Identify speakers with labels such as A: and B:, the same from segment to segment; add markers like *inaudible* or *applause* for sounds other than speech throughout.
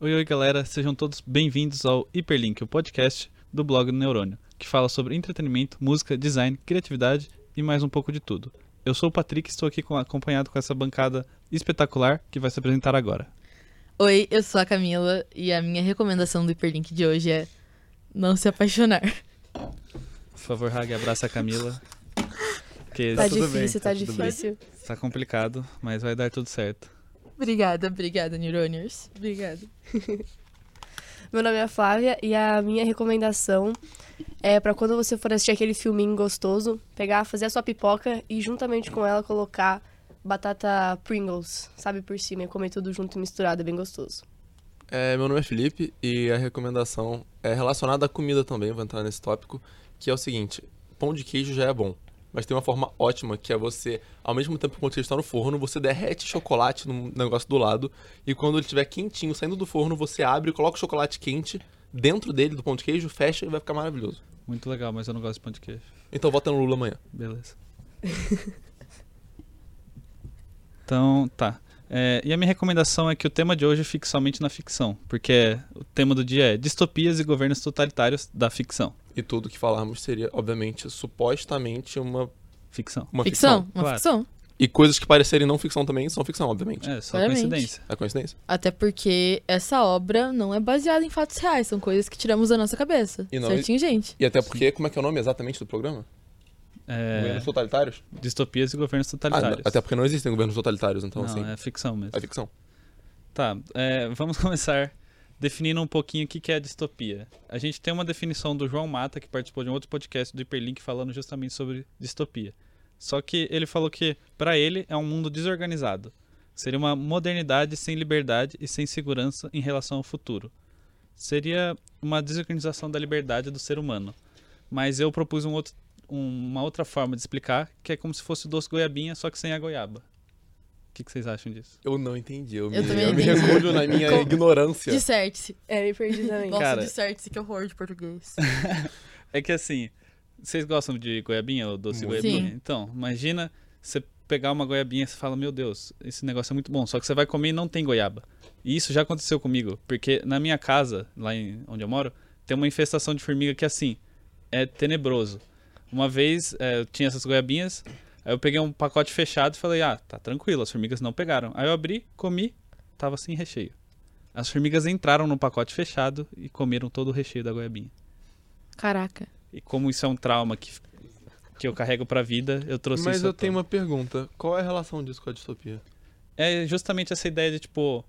A: Oi, oi, galera, sejam todos bem-vindos ao Hiperlink, o podcast do blog do Neurônio, que fala sobre entretenimento, música, design, criatividade e mais um pouco de tudo. Eu sou o Patrick e estou aqui com- acompanhado com essa bancada espetacular que vai se apresentar agora.
B: Oi, eu sou a Camila e a minha recomendação do hiperlink de hoje é não se apaixonar.
A: Por favor, Hag, abraça a
C: *laughs*
A: Camila. Que
C: Tá,
A: isso
C: difícil, tá,
D: bem, tá tudo bem.
C: difícil.
A: tá complicado, mas vai dar tudo certo.
B: *laughs* Obrigada, obrigada, Neuroniers. Obrigada.
C: Meu nome é Flávia e a minha recomendação é pra quando você for assistir aquele filminho gostoso, pegar, fazer a sua pipoca e juntamente com ela colocar batata Pringles, sabe, por cima e comer tudo junto e misturado, é bem gostoso.
D: É, meu nome é Felipe e a recomendação é relacionada à comida também, vou entrar nesse tópico, que é o seguinte, pão de queijo já é bom, mas tem uma forma ótima, que é você, ao mesmo tempo que o pão de queijo está no forno, você derrete chocolate no negócio do lado, e quando ele estiver quentinho, saindo do forno, você abre, coloca o chocolate quente dentro dele, do pão de queijo, fecha e vai ficar maravilhoso.
A: Muito legal, mas eu não gosto de pão de queijo.
D: Então vota no Lula amanhã.
A: Beleza. *laughs* então, tá. É, e a minha recomendação é que o tema de hoje fique somente na ficção, porque o tema do dia é distopias e governos totalitários da ficção.
D: E tudo que falarmos seria, obviamente, supostamente uma,
A: Ficção.
D: uma
B: Ficção,
D: ficção.
B: uma
A: claro.
B: ficção.
D: E coisas que parecerem não ficção também são ficção, obviamente.
A: É, só
B: Claramente.
A: coincidência.
D: É coincidência?
B: Até porque essa obra não é baseada em fatos reais, são coisas que tiramos da nossa cabeça.
D: E não-
B: Certinho, gente?
D: E até porque, como é que é o nome exatamente do programa?
A: É,
D: Governos totalitários?
A: distopias e governos
D: Ah,
A: totalitários.
D: não, até porque não existem governos totalitários, então
A: não,
D: assim,
A: é ficção mesmo.
D: é ficção.
A: Tá, é, vamos *laughs* começar definindo um pouquinho o que que é distopia. A gente tem uma definição do João Mata, que participou de um outro podcast do Hiperlink falando justamente sobre distopia. Só que ele falou que, para ele, é um mundo desorganizado. Seria uma modernidade sem liberdade e sem segurança em relação ao futuro. Seria uma desorganização da liberdade do ser humano. Mas eu propus um outro- um- uma outra forma de explicar, que é como se fosse o doce goiabinha, só que sem a goiaba. O que que vocês acham disso?
D: Eu não entendi, eu me,
B: Eu também
D: eu me
B: entendi.
D: recolho na minha
B: Com-
D: ignorância.
B: Disserte-se.
C: É, me *laughs* perdi também.
B: Nossa,
A: Cara-
B: disserte-se, que horror de português.
A: É que assim, vocês gostam de goiabinha ou doce
D: Muito.
A: goiabinha?
B: Sim.
A: Então, imagina você pegar uma goiabinha e você fala, meu Deus, esse negócio é muito bom. Só que você vai comer e não tem goiaba. E isso já aconteceu comigo, porque na minha casa, lá em- onde eu moro, tem uma infestação de formiga que assim, é tenebroso. Uma vez é, eu tinha essas goiabinhas, aí eu peguei um pacote fechado e falei, ah, tá tranquilo, as formigas não pegaram. Aí eu abri, comi, tava sem recheio. As formigas entraram no pacote fechado e comeram todo o recheio da goiabinha.
B: *laughs* Caraca.
A: E como isso é um trauma que, que eu carrego pra vida, eu trouxe
D: Mas
A: isso.
D: eu
A: à
D: tenho
A: tona.
D: uma pergunta. Qual é a relação disso com a distopia?
A: É justamente essa ideia de, tipo.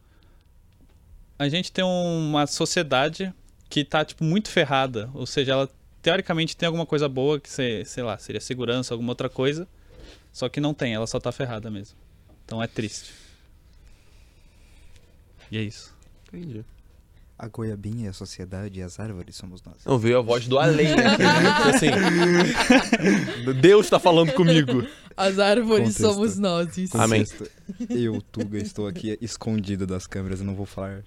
A: A gente tem uma sociedade que tá, tipo, muito ferrada. Ou seja, ela teoricamente tem alguma coisa boa, que se- sei lá, seria segurança, alguma outra coisa. Só que não tem, ela só tá ferrada mesmo. Então é triste. E é isso.
D: Entendi.
E: A goiabinha é a sociedade e as árvores somos nós.
D: Não, veio a voz do além aqui. assim, Deus tá falando comigo.
B: As árvores
E: Contexto.
B: somos nós. isso.
D: Amém.
E: Contexto, Eu, Tuga, estou aqui escondido das câmeras, eu não vou falar.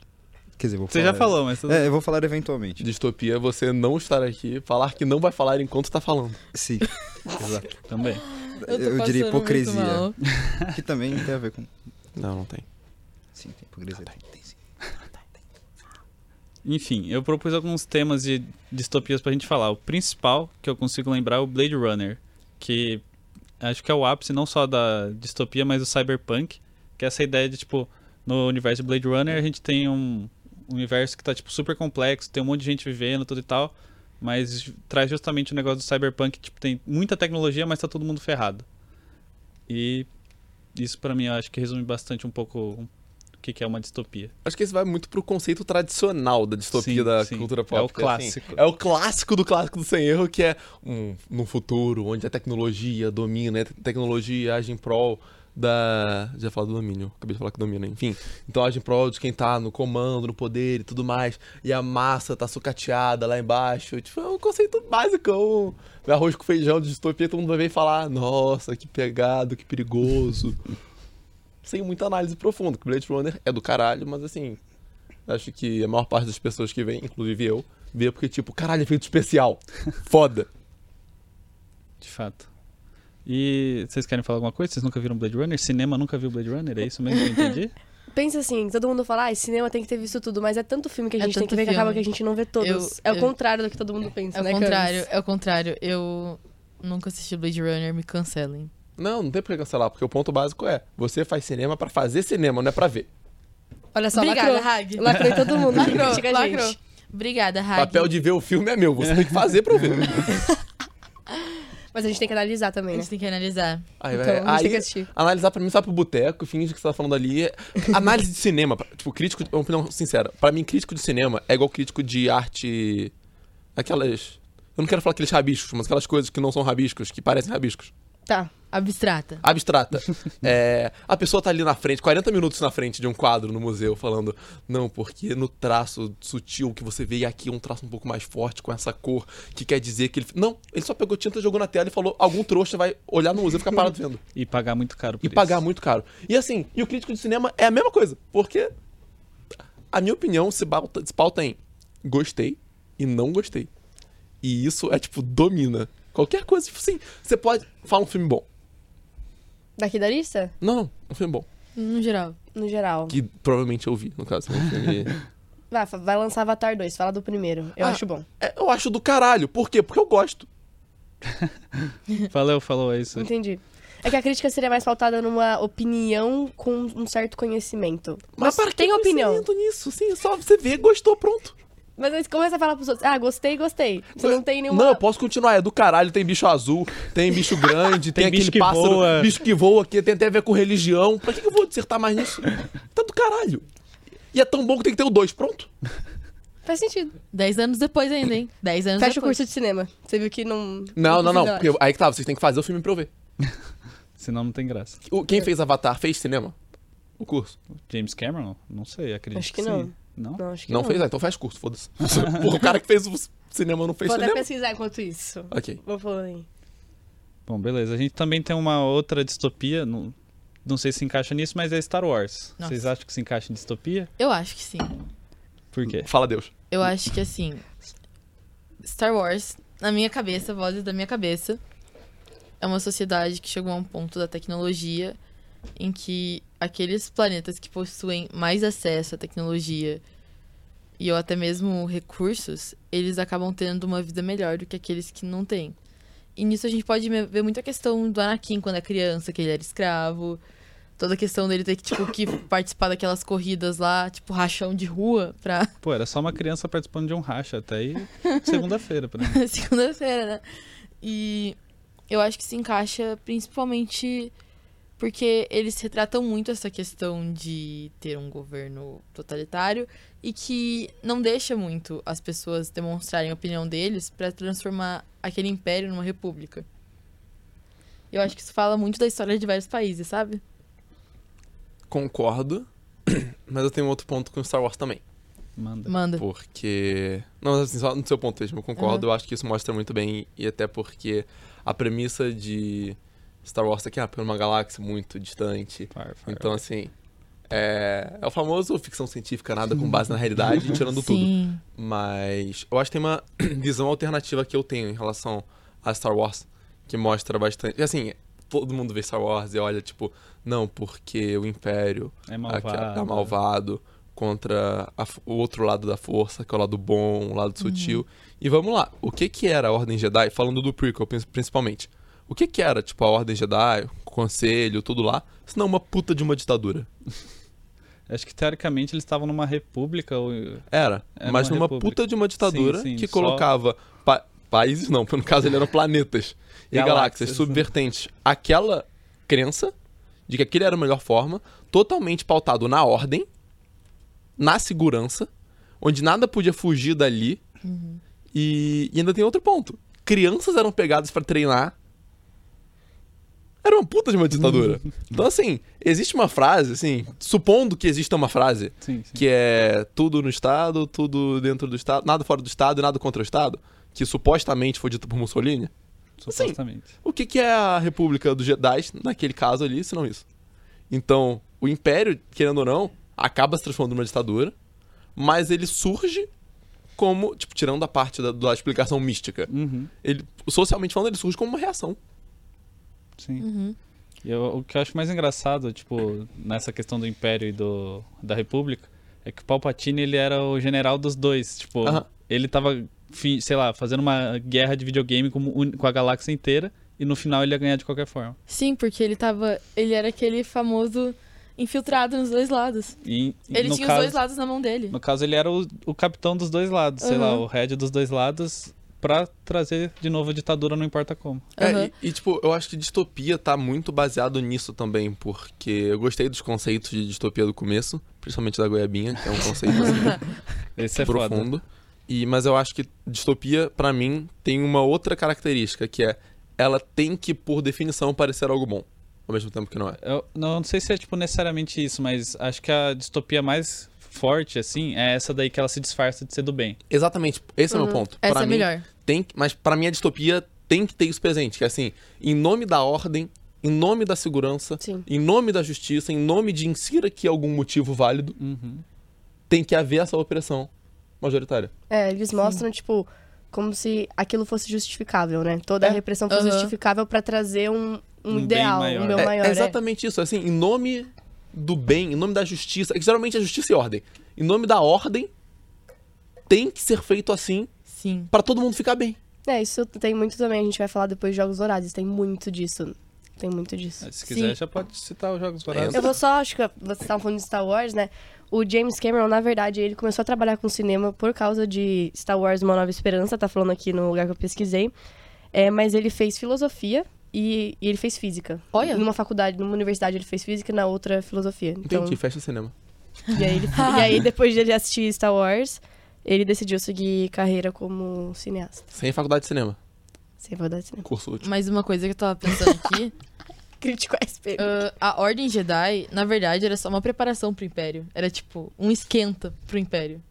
E: Quer dizer, vou
A: Você
E: falar.
A: já falou, mas. tudo bem.
E: É, eu vou falar eventualmente.
D: Distopia é você não estar aqui, falar que não vai falar enquanto tá falando.
E: Sim. Exato.
A: Também.
B: Eu, tô
E: eu
B: passando
E: diria
B: muito
E: hipocrisia.
B: mal.
E: Que também tem a ver com.
D: Não, não tem.
E: Sim, tem hipocrisia. Tem, tem sim.
A: Enfim, eu propus alguns temas de distopias pra gente falar. O principal que eu consigo lembrar é o Blade Runner, que acho que é o ápice não só da distopia, mas do cyberpunk, que é essa ideia de, tipo, no universo de Blade Runner a gente tem um um universo que tá, tipo, super complexo, tem um monte de gente vivendo, tudo e tal, mas ju- traz justamente o negócio do cyberpunk, tipo, tem muita tecnologia, mas tá todo mundo ferrado. E isso pra mim eu acho que resume bastante um pouco o que que é uma distopia.
D: Acho que esse vai muito pro conceito tradicional da distopia
A: Sim,
D: da
A: sim.
D: cultura
A: É
D: pop.
A: o
D: que assim,
A: clássico.
D: é o clássico do clássico do sem erro, que é um, num futuro onde a tecnologia domina, a te- tecnologia age em prol da. Já falei do domínio, acabei de falar que domina, enfim. Então age em prol de quem tá no comando, no poder e tudo mais. E a massa tá sucateada lá embaixo. Tipo, é um conceito básico. é Um arroz com feijão de distopia, todo mundo vai ver e falar, nossa, que pegado, que perigoso. Sem muita análise profunda, que Blade Runner é do caralho, mas assim, Acho que a maior parte das pessoas que vem, inclusive eu, vê porque, tipo, caralho, efeito especial. Foda. *laughs*
A: De fato. E vocês querem falar alguma coisa? Vocês nunca viram Blade Runner? Cinema nunca viu Blade Runner? É isso mesmo que eu entendi?
C: pensa assim, todo mundo fala, ah, cinema tem que ter visto tudo, mas é tanto filme que a
B: É
C: gente tem que
B: tanto
C: ver que acaba
B: filme.
C: que a gente não vê todos.
B: Eu-
C: é o
B: eu-
C: contrário do que todo mundo pensa,
B: É
C: né,
B: o
C: Camis?
B: contrário, é o contrário. Eu nunca assisti Blade Runner, me cancelem.
D: Não, não tem por que cancelar, porque o ponto básico é: você faz cinema pra fazer cinema, não é pra ver.
C: Olha só,
B: Obrigada,
C: lacrou.
B: Hag.
C: Lacrou em todo mundo.
B: Lacrou,
C: Critica a gente.
B: lacrou. Obrigada, Hag.
D: Papel de ver o filme é meu, você tem que fazer pra eu
C: *laughs*
D: ver.
C: Mas a gente tem que analisar
B: A
C: também, né?
B: gente tem que analisar.
D: Aí,
C: Então, a
D: vai-
C: gente tem
D: É, aí,
C: que assistir.
D: analisar pra mim, sabe pro boteco, finge que você tá falando ali. Análise de cinema, pra- tipo, crítico, uma opinião sincera. Pra mim, crítico de cinema é igual crítico de arte. Aquelas. Eu não quero falar aqueles rabiscos, mas aquelas coisas que não são rabiscos, que parecem rabiscos.
C: Tá.
B: Abstrata.
D: abstrata. É, a pessoa tá ali na frente, 40 minutos na frente de um quadro no museu, falando, não, porque no traço sutil que você vê e aqui é um traço um pouco mais forte com essa cor, que quer dizer que ele. Não, ele só pegou tinta, jogou na tela e falou, algum trouxa vai olhar no museu e ficar parado vendo.
A: E pagar muito caro por
D: E
A: isso.
D: pagar muito caro. E assim, e o crítico de cinema é a mesma coisa, porque a minha opinião se pauta, se pauta em gostei e não gostei. E isso é tipo, domina. Qualquer coisa, tipo assim, você pode. Fala um filme bom.
C: Daqui da lista?
D: Não, não, um filme bom.
B: No geral.
C: No geral.
D: Que provavelmente eu vi, no caso. um filme.
C: Vai, fa- vai lançar Avatar 2, fala do primeiro. Eu
D: Ah.
C: acho bom.
D: É, eu acho do caralho. Por quê? Porque eu gosto.
A: Valeu, falou, é isso.
C: Entendi. É que a crítica seria mais pautada numa opinião com um certo conhecimento. Mas,
D: para que
C: tem opinião.
D: conhecimento nisso, sim. Só você vê, gostou, pronto.
C: Mas aí você começa a falar pros outros, ah, gostei, gostei. Você não tem nenhuma...
D: Não, eu posso continuar. É do caralho. Tem bicho azul, tem
A: *laughs*
D: bicho grande, tem,
A: Tem bicho
D: aquele
A: que
D: pássaro,
A: voa.
D: bicho que voa aqui, tem até a ver com religião. Pra que que eu vou dissertar mais nisso? Tá do caralho. E é tão bom que tem que ter o dois, pronto.
C: Faz sentido.
B: Dez anos depois ainda, hein? Dez anos
C: Fecha o
B: depois.
C: curso de cinema. Você viu que não...
D: Não, não, não.
C: precisa-
D: Porque aí que tá, vocês têm que fazer o filme pra eu ver.
A: Senão não tem graça.
D: O- Quem fez Avatar fez cinema? O curso.
A: James Cameron? Não sei, acredito
C: Acho que
A: sim.
C: não.
A: Não?
C: Não, acho que
D: Não,
C: não.
D: fez? Ah, então faz curso, foda-se. Porra, o cara que fez o cinema não fez
C: Vou até
D: cinema.
C: pesquisar enquanto isso.
D: Ok.
C: Vou falando aí.
A: Bom, beleza. A gente também tem uma outra distopia. Não, não sei se encaixa nisso, mas é Star Wars.
B: Nossa.
A: Vocês acham que se encaixa em distopia?
B: Eu acho que sim.
A: Por quê?
D: Fala Deus.
B: Eu acho que assim. Star Wars, na minha cabeça, vozes da minha cabeça, é uma sociedade que chegou a um ponto da tecnologia em que aqueles planetas que possuem mais acesso à tecnologia e ou até mesmo recursos, eles acabam tendo uma vida melhor do que aqueles que não têm. E nisso a gente pode me- ver muita questão do Anakin quando é criança, que ele era escravo, toda a questão dele ter que, tipo, que participar daquelas corridas lá, tipo, rachão de rua pra
A: Pô, era só uma criança participando de um racha até aí segunda-feira, por exemplo.
B: *laughs* segunda-feira, né? E eu acho que se encaixa principalmente porque eles retratam muito essa questão de ter um governo totalitário e que não deixa muito as pessoas demonstrarem a opinião deles pra transformar aquele império numa república. Eu acho que isso fala muito da história de vários países, sabe?
D: Concordo. *clears throat* Mas eu tenho outro ponto com Star Wars também.
A: Manda.
B: Manda.
D: Porque. Não, mas assim, só no seu ponto mesmo, eu concordo. Eu acho que isso mostra muito bem. E até porque a premissa de Star Wars é que ah, é uma galáxia muito distante.
A: Fire, fire.
D: Então, assim. É, é o famoso ficção científica, nada com base na realidade, tirando tudo.
B: Sim.
D: Mas eu acho que tem uma *clears throat* visão alternativa que eu tenho em relação a Star Wars, que mostra bastante. E assim, todo mundo vê Star Wars e olha, tipo, não, porque o Império
A: é
D: a- que
A: malvado.
D: é malvado contra a f- o outro lado da força, que é o lado bom, o lado sutil. E vamos lá, o que que era a Ordem Jedi, falando do prequel prin- principalmente, o que que era, tipo, a Ordem Jedi, o Conselho, tudo lá, se não uma puta de uma ditadura?
A: Acho que teoricamente eles estavam numa república. Ou...
D: Era,
A: Era
D: mas
A: uma
D: numa
A: república.
D: puta de uma ditadura
A: Sim, sim,
D: que
A: só-
D: colocava pa- países, não, no caso ele
A: *laughs*
D: eram planetas e
A: Galáxias,
D: galáxias
A: né?
D: subvertentes àquela crença de que aquele era a melhor forma, totalmente pautado na ordem, na segurança, onde nada podia fugir dali. E, e ainda tem outro ponto. Crianças eram pegadas pra treinar. Era uma puta de
A: *laughs*
D: uma ditadura. então, assim, existe uma frase, assim, supondo que exista uma frase,
A: Sim, sim.
D: que é tudo no Estado, tudo dentro do Estado, nada fora do Estado e nada contra o Estado, que supostamente foi dito por Mussolini.
A: Supostamente.
D: O que, que é a República dos Jedi, naquele caso ali, se não isso? Então, o Império, querendo ou não, acaba se transformando numa ditadura, mas ele surge como, tipo, tirando a parte da, da explicação mística.
A: Uhum,
B: Uhum.
D: Ele, socialmente falando, ele surge como uma reação.
A: sim. E eu- o que eu acho mais engraçado, tipo, nessa questão do Império e do, da República, é que o Palpatine, ele era o general dos dois. Tipo,
D: Aham.
A: ele tava, fi- sei lá, fazendo uma guerra de videogame com, o uni- com a galáxia inteira e no final ele ia ganhar de qualquer forma.
B: Sim, porque ele tava. Ele era aquele famoso infiltrado nos dois lados.
A: E, e
B: Ele
A: no
B: tinha
A: caso,
B: os dois lados na mão dele.
A: No caso, ele era o, o capitão dos dois lados, sei lá,
B: Aham.
A: o head dos dois lados, pra trazer de novo a ditadura, não importa como.
D: É,
B: Aham.
D: e, e, tipo, eu acho que distopia tá muito baseado nisso também, porque eu gostei dos conceitos de distopia do começo, principalmente da goiabinha, que é um conceito
B: *laughs*
D: assim,
A: Esse é foda.
D: profundo. E, mas eu acho que distopia, pra mim, tem uma outra característica, que é ela tem que, por definição, parecer algo bom, ao mesmo tempo que não é.
A: Eu não, não sei se é, tipo, necessariamente isso, mas acho que a distopia mais forte, assim, é essa daí que ela se disfarça de ser do bem.
D: Exatamente, esse é o meu ponto.
B: Essa
D: Pra
B: é
D: mim,
B: melhor.
D: tem que- mas pra mim a distopia tem que ter isso presente, que é assim, em nome da ordem, em nome da segurança,
C: Sim.
D: em nome da justiça, em nome de insira aqui algum motivo válido,
A: Uhum.
D: tem que haver essa opressão majoritária.
C: É, eles mostram, tipo, como se aquilo fosse justificável, né? Toda a
D: É.
C: repressão fosse
B: Aham.
C: justificável pra trazer um, um,
A: Um bem
C: ideal,
A: maior.
C: um meu
D: É,
C: maior.
D: é
C: é.
D: exatamente isso, assim, em nome do bem, em nome da justiça, é que geralmente é justiça e ordem. Em nome da ordem tem que ser feito assim
B: Sim.
D: pra todo mundo ficar bem.
C: É, isso tem muito também, a gente vai falar depois de jogos horários, tem muito disso. Tem muito disso.
A: É, Se quiser,
B: Sim.
A: já pode citar os jogos
D: Vorazes.
A: Vorazes.
C: Eu vou só, acho que vocês estavam falando de Star Wars, né? O James Cameron, na verdade, ele começou a trabalhar com cinema por causa de Star Wars Uma Nova Esperança, tá falando aqui no lugar que eu pesquisei. É, mas ele fez filosofia e, e ele fez física.
B: Olha.
C: Numa faculdade, numa universidade ele fez física e na outra filosofia. Então,
D: Entendi, fecha o cinema.
C: e, aí ele- e aí, depois de ele assistir Star Wars, ele decidiu seguir carreira como cineasta.
D: Sem faculdade de cinema,
C: Sem né? faculdade de cinema.
D: curso útil.
B: Mas uma coisa que eu tava pensando
D: *laughs*
B: aqui.
C: Critico a SPM.
B: Ah, a Ordem Jedi, na verdade, era só uma preparação pro Império. Era tipo um esquenta pro Império.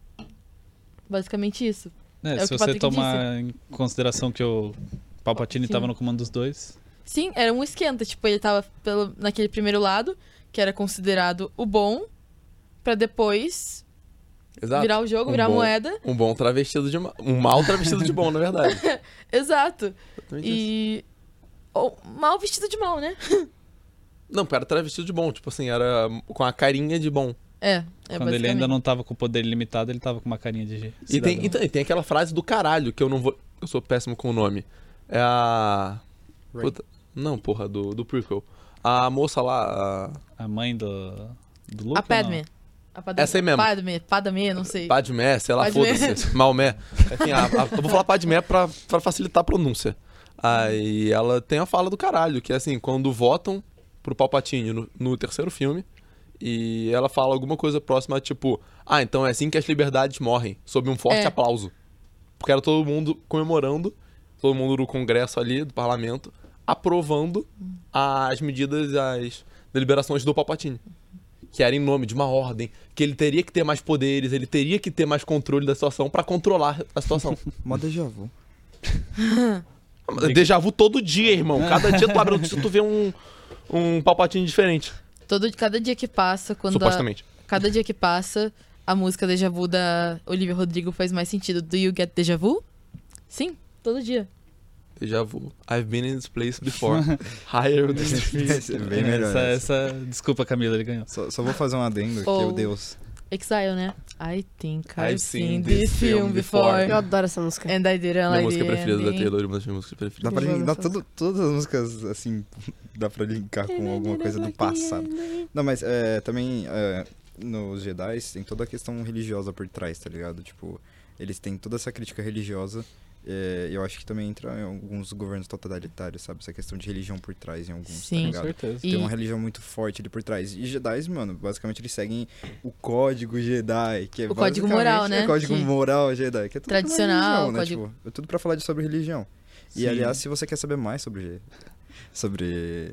B: Basicamente isso.
A: É,
B: é o
A: se
B: que
A: você
B: o Patrick
A: tomar em consideração que o Palpatine
B: Sim.
A: tava no comando dos dois.
B: Sim, era um esquenta. Tipo, ele tava pelo, naquele primeiro lado, que era considerado o bom, pra depois
D: Exato.
B: virar o jogo,
D: um
B: virar a
D: bom.
B: moeda.
D: Um bom travestido de mal. Um mal travestido de bom, na
C: *laughs*
D: verdade.
B: Exato.
D: Exatamente isso.
B: E. ou mal vestido de mal, né?
D: Não, cara, travestido de bom, tipo assim, era com a carinha de bom.
B: É, é
A: quando ele ainda
B: basicamente.
A: não tava com o poder limitado, ele tava com uma carinha de.
D: E
A: cidadão.
D: tem, e, tem, e tem aquela frase do caralho que eu não vou. Eu sou péssimo com o nome. É a.
E: Ray.
D: Puta- não, porra, do, do prequel. A moça lá, a
A: A mãe do. do Luke,
B: A Padme. A Padme.
D: Essa aí mesmo.
B: Padme, Padme, não sei.
D: Padmé, sei lá,
B: Padmé.
D: foda-se. Maomé. Enfim, a- a- eu vou falar Padmé pra, pra facilitar a pronúncia. Aí ela tem a fala do caralho, que é assim, quando votam pro Palpatine no, no terceiro filme, e ela fala alguma coisa próxima, tipo, ah, então é assim que as liberdades morrem, sob um forte
B: É.
D: aplauso. Porque era todo mundo comemorando, todo mundo do Congresso ali, do parlamento, aprovando as medidas, as deliberações do Palpatine que era em nome de uma ordem, que ele teria que ter mais poderes, ele teria que ter mais controle da situação pra controlar a situação.
E: Mó
A: *laughs*
E: déjà vu.
D: Déjà vu todo dia, irmão. Cada dia tu abre um título, tu vê um, um palpatinho diferente,
B: Todo, cada dia que passa, quando a,
D: supostamente.
B: Cada dia que passa, a música Deja Vu da Olivia Rodrigo faz mais sentido. Do you get Deja Vu? Sim, todo dia.
D: Déjà vu. I've been in this place *laughs* before. Higher than this
E: Esse é bem
A: É,
E: melhor.
A: essa,
E: essa.
A: essa- Desculpa, Camila, ele ganhou.
E: Só, só vou fazer um adendo aqui,
B: Ou-
E: meu Deus.
B: Exile, né? I think I've,
D: I've
B: seen, this film before.
C: Eu adoro essa música.
B: And I
D: *laughs*
B: didn't
D: Minha
B: like
D: música
B: the
D: preferida da
B: ending.
D: Taylor, uma das minhas músicas preferidas.
E: Dá pra
C: Vamos
E: ligar,
C: fazer.
E: todo- todas as músicas, assim, *laughs* dá pra linkar com alguma coisa do passado. Não, mas é, também é, nos Jedi tem toda a questão religiosa por trás, tá ligado? Tipo, eles têm toda essa crítica religiosa. é, eu acho que também entra em alguns governos totalitários, sabe? Essa questão de religião por trás em alguns, tá
B: Sim.
A: Com
E: ligado?
A: certeza.
B: E-
E: Tem uma religião muito forte ali por trás. E Jedi, mano, basicamente eles seguem o código Jedi, que é
B: O código
E: basicamente
B: moral, né?
E: O código
B: Que-
E: moral Jedi, que é tudo pra falar de
B: Tradicional,
E: religião, né?
B: código-
E: Tipo, é tudo pra falar de, sobre religião.
A: Sim.
E: E aliás, se você quer saber mais sobre sobre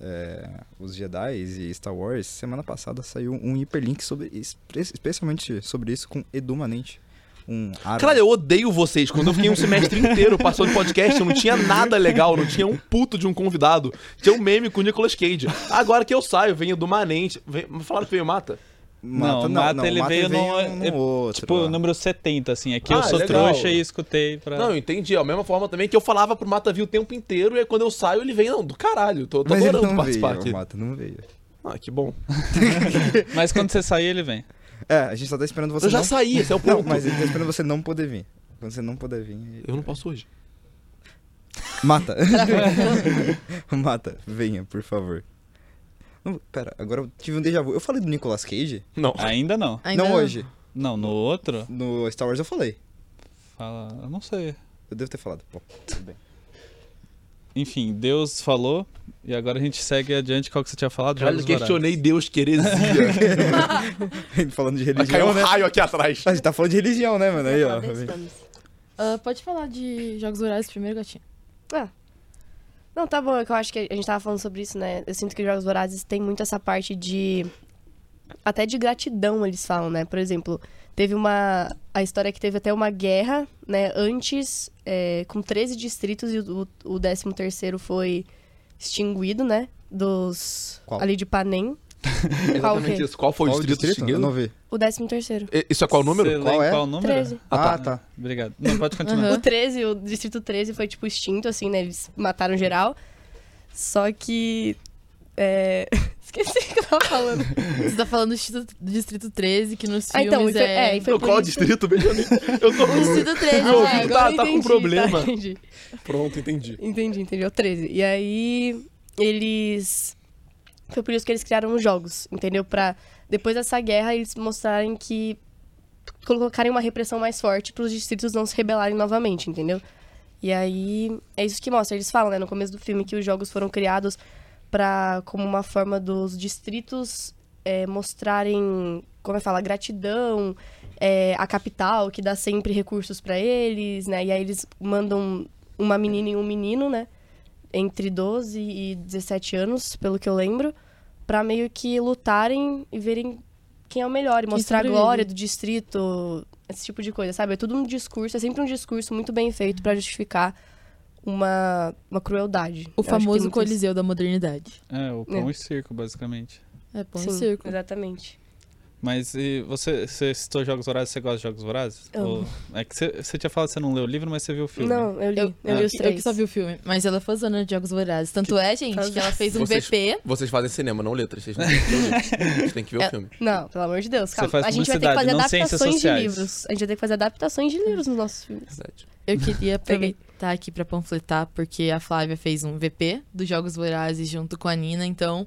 E: é, os Jedi e Star Wars, semana passada saiu um hiperlink sobre espe- especialmente sobre isso com Edu Manente, um árabe.
D: Caralho, eu odeio vocês. Quando eu fiquei um semestre inteiro passando podcast, eu não tinha nada legal, não tinha um puto de um convidado. Tinha um meme com o Nicolas Cage. Agora que eu saio, venho do Manente. Vem, falaram que veio Mata?
A: Não,
E: Mata não,
A: Mata
E: não,
A: ele veio no-
E: no
A: é,
E: outro.
A: Tipo,
E: lá.
A: número 70, assim. Aqui eu
D: Ah,
A: sou
D: legal.
A: trouxa e escutei pra.
D: Não, eu entendi. É a mesma forma também que eu falava pro Matavi o tempo inteiro, e aí quando eu saio ele vem, não, do caralho. Tô, tô
E: Mas ele
D: adorando
E: não
D: participar
E: veio,
D: aqui.
E: o Mata não veio.
D: Ah, que bom.
A: Mas quando você sair, ele vem.
E: É, a gente só tá esperando você
D: eu já
E: não...
D: saí, esse é o
E: Não,
D: ponto.
E: mas ele tá esperando você não poder vir. Quando você não puder vir...
D: *laughs*
E: ele-
D: Eu não posso hoje.
E: Mata. *laughs* Mata, venha, por favor. Não, pera, agora eu tive um déjà vu. Eu falei do Nicolas Cage?
D: Não.
A: Ainda não.
B: Ainda
E: não hoje.
A: Não, no outro,
E: No Star Wars eu falei.
A: fala. Eu não sei.
E: Eu devo ter falado. Bom, *laughs* tudo bem.
A: Enfim, Deus falou. E agora a gente segue adiante qual que você tinha falado.
D: Caralho,
A: Jogos
D: questionei Deus,
A: *laughs*
D: que heresia.
E: Falando de
D: Aí Caiu um
E: religião, né?
D: raio aqui atrás.
E: A gente tá falando de religião, né, mano? Aí, ó.
B: Ah, pode falar de jogos horários primeiro, gatinho.
C: Ah. Não, tá bom, é que eu acho que a gente tava falando sobre isso, né? Eu sinto que os jogos vorazes tem muito essa parte de. Até de gratidão, eles falam, né? Por exemplo, teve uma. A história é que teve até uma guerra, né? Antes, é, com 13 distritos, e o, o 13 foi extinguido, né? Dos.
E: Qual?
C: Ali de Panem.
A: é?
C: Qual o
D: Exatamente
C: quê?
D: isso. Qual foi o distrito,
E: Eu
D: distinguido?
E: não vi.
C: O 13.
D: E- Isso é qual o número?
A: Sei lá
E: Qual
A: em
E: é?
A: Qual número?
C: 13.
E: Ah,
D: Ah,
E: tá.
A: Obrigado. Não, pode continuar.
B: Aham.
C: O 13, o distrito 13 foi, tipo, extinto, assim, né? Eles mataram geral. Só que. É... *laughs* Esqueci o que eu tava falando.
B: Você tá falando do Distrito, do distrito 13, que nos
C: Ah,
B: filmes
C: então, e foi-
B: é...
C: é, e foi
D: Não,
C: por
D: Qual
C: isso-
D: distrito, Benjamin? Eu tô.
B: O Distrito 13,
D: Meu
B: é,
D: ouvido
B: agora-
D: tá,
C: Ah, eu
D: tá com
C: entendi,
D: problema.
C: tá, entendi.
D: Pronto, entendi.
C: Entendi, entendi. É o 13. E aí, eles... Foi por isso que eles criaram os jogos, entendeu? Pra, depois dessa guerra, eles mostrarem que... Colocarem uma repressão mais forte pros distritos não se rebelarem novamente, entendeu? E aí, é isso que mostra. Eles falam, né, no começo do filme, que os jogos foram criados pra, como uma forma dos distritos é, mostrarem, como é que fala, gratidão, é, a capital, que dá sempre recursos pra eles, né? E aí eles mandam uma menina e um menino, né? Entre 12 e 17 anos, pelo que eu lembro, pra meio que lutarem e verem quem é o melhor, e mostrar a
B: sobrevive.
C: glória do distrito, esse tipo de coisa, sabe? É tudo um discurso, é sempre um discurso muito bem feito pra justificar uma, uma crueldade. Eu
B: O
C: acho que tem
B: famoso
C: muito isso.
B: Coliseu da modernidade.
A: É, o pão e circo, basicamente.
B: É, pão
C: Sim,
B: e circo.
C: Exatamente.
A: Mas e você, você citou Jogos Vorazes, você gosta de Jogos Vorazes?
C: Amo.
A: é que você, você tinha falado que você não leu o livro, mas você viu o filme.
C: Não, eu li. Eu,
A: Ah.
C: li os
B: que-
C: três.
B: que só vi o filme. Mas ela é fãzona de Jogos Vorazes. Tanto é, gente, que ela fez um
D: Vocês-
B: VP.
D: Vocês fazem cinema, não letras. Vocês não têm que ver o livro. Vocês têm que ver o
B: É.
D: filme.
C: Não, pelo amor de Deus,
A: Você
C: calma.
A: faz
C: a gente vai ter que
A: publicidade,
C: fazer
A: não ciências
C: adaptações de
A: sociais.
C: livros. A gente vai ter que fazer adaptações de livros nos nossos filmes.
D: Verdade.
B: Eu queria
C: Peguei.
B: aproveitar aqui pra panfletar, porque a Flávia fez um VP dos Jogos Vorazes junto com a Nina. Então,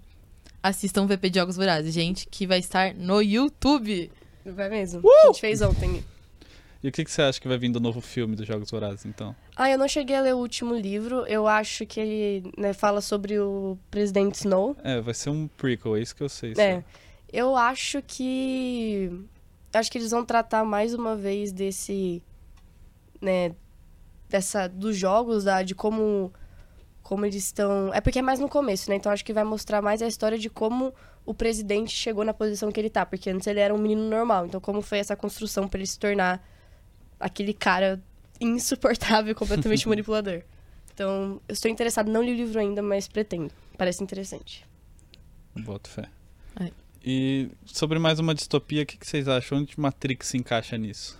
B: assistam o VP de Jogos Vorazes, gente, que vai estar no YouTube.
C: Vai mesmo. A
A: Uh!
C: gente fez ontem.
A: E o que, que você acha que vai vir do novo filme dos Jogos Vorazes, então?
C: Ah, eu não cheguei a ler o último livro. Eu acho que ele né, fala sobre o presidente Snow.
A: É, vai ser um prequel, é isso que eu sei. só.
C: É. Eu acho que. Acho que eles vão tratar mais uma vez desse. Né? Dessa. Dos jogos, da, de como. Como eles estão. É porque é mais no começo, né? Então acho que vai mostrar mais a história de como o presidente chegou na posição que ele tá. Porque antes ele era um menino normal. Então, como foi essa construção pra ele se tornar aquele cara insuportável, *laughs*
D: *laughs*
C: completamente manipulador. Então, eu estou interessado, não li o livro ainda, mas pretendo. Parece interessante.
A: Boto fé.
B: É.
A: E sobre mais uma distopia, o que, que vocês acham? Onde Matrix se encaixa nisso?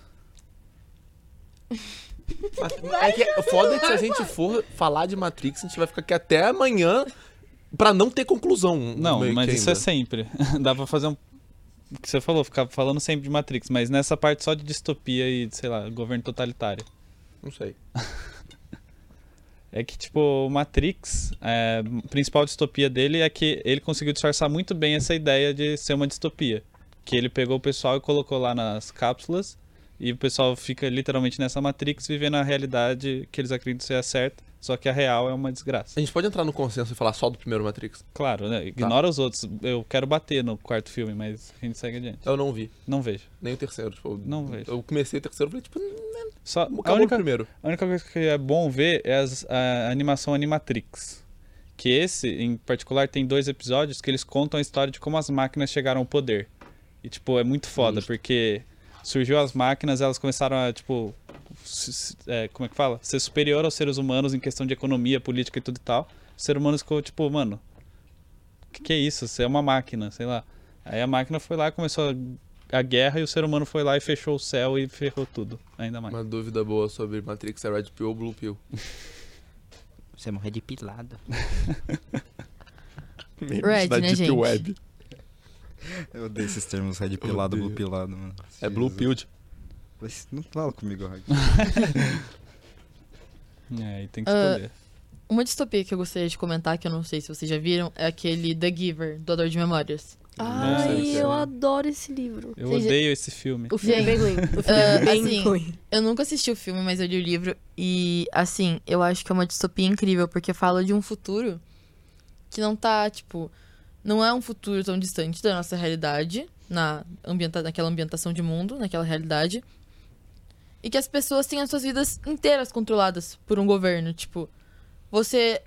D: É que o foda é que se a gente for falar de Matrix, a gente vai ficar aqui até amanhã pra não ter conclusão.
A: Não,
D: meio que
A: mas isso é
D: ainda.
A: sempre. *laughs* Dá pra fazer um. O que você falou, ficar falando sempre de Matrix, mas nessa parte só de distopia e, sei lá, governo totalitário.
D: Não sei.
A: É que, tipo, o Matrix, é, a principal distopia dele é que ele conseguiu disfarçar muito bem essa ideia de ser uma distopia. Que ele pegou o pessoal e colocou lá nas cápsulas, e o pessoal fica literalmente nessa Matrix vivendo a realidade que eles acreditam ser a certa, só que a real é uma desgraça.
D: A gente pode entrar no consenso e falar só do primeiro Matrix?
A: Claro,
D: Tá.
A: né? Ignora os outros. Eu quero bater no quarto filme, mas a gente segue adiante.
D: Eu não vi.
A: Não vejo.
D: Nem o terceiro. Tipo,
A: Não vejo.
D: Eu comecei o terceiro e falei, tipo, hum,
A: Só, a
D: acabou o
A: única,
D: primeiro.
A: A única coisa que é bom ver é as- a animação Animatrix. Que esse, em particular, tem dois episódios que eles contam a história de como as máquinas chegaram ao poder. E, tipo, é muito foda, porque surgiu as máquinas, elas começaram a, tipo, se- se- é, como é que fala? Ser superior aos seres humanos em questão de economia, política e tudo e tal. O ser humano ficou, tipo, mano, o que, que é isso? Você é uma máquina, sei lá. Aí a máquina foi lá, começou a, a guerra e o ser humano foi lá e fechou o céu e ferrou tudo, ainda mais.
D: Uma dúvida boa sobre Matrix é Red Pill ou Blue Pill?
F: Você morrer de pilado.
B: Red,
D: da
B: né,
D: Deep
B: gente?
D: Web.
E: Eu odeio esses termos red pilado,
D: Odeio.
E: blue pilado, mano.
D: É Blue
E: Jesus.
D: Pill.
E: Mas não fala comigo, Hag.
A: É, e tem que
B: Ah,
A: escolher.
B: Uma distopia que eu gostaria de comentar, que eu não sei se vocês já viram, é aquele The Giver, Doador de Memórias.
D: Não
C: Ai,
D: sei se é.
C: eu adoro esse livro.
A: Eu
B: seja-
A: odeio esse filme.
C: O filme é bem ruim. O filme
B: Ah,
C: é bem
B: assim,
C: ruim.
B: Eu nunca assisti o filme, mas eu li o livro. E, assim, eu acho que é uma distopia incrível, porque fala de um futuro que não tá, tipo. Não é um futuro tão distante da nossa realidade, na ambienta naquela ambientação de mundo, naquela realidade. E que as pessoas têm as suas vidas inteiras controladas por um governo. Tipo, você.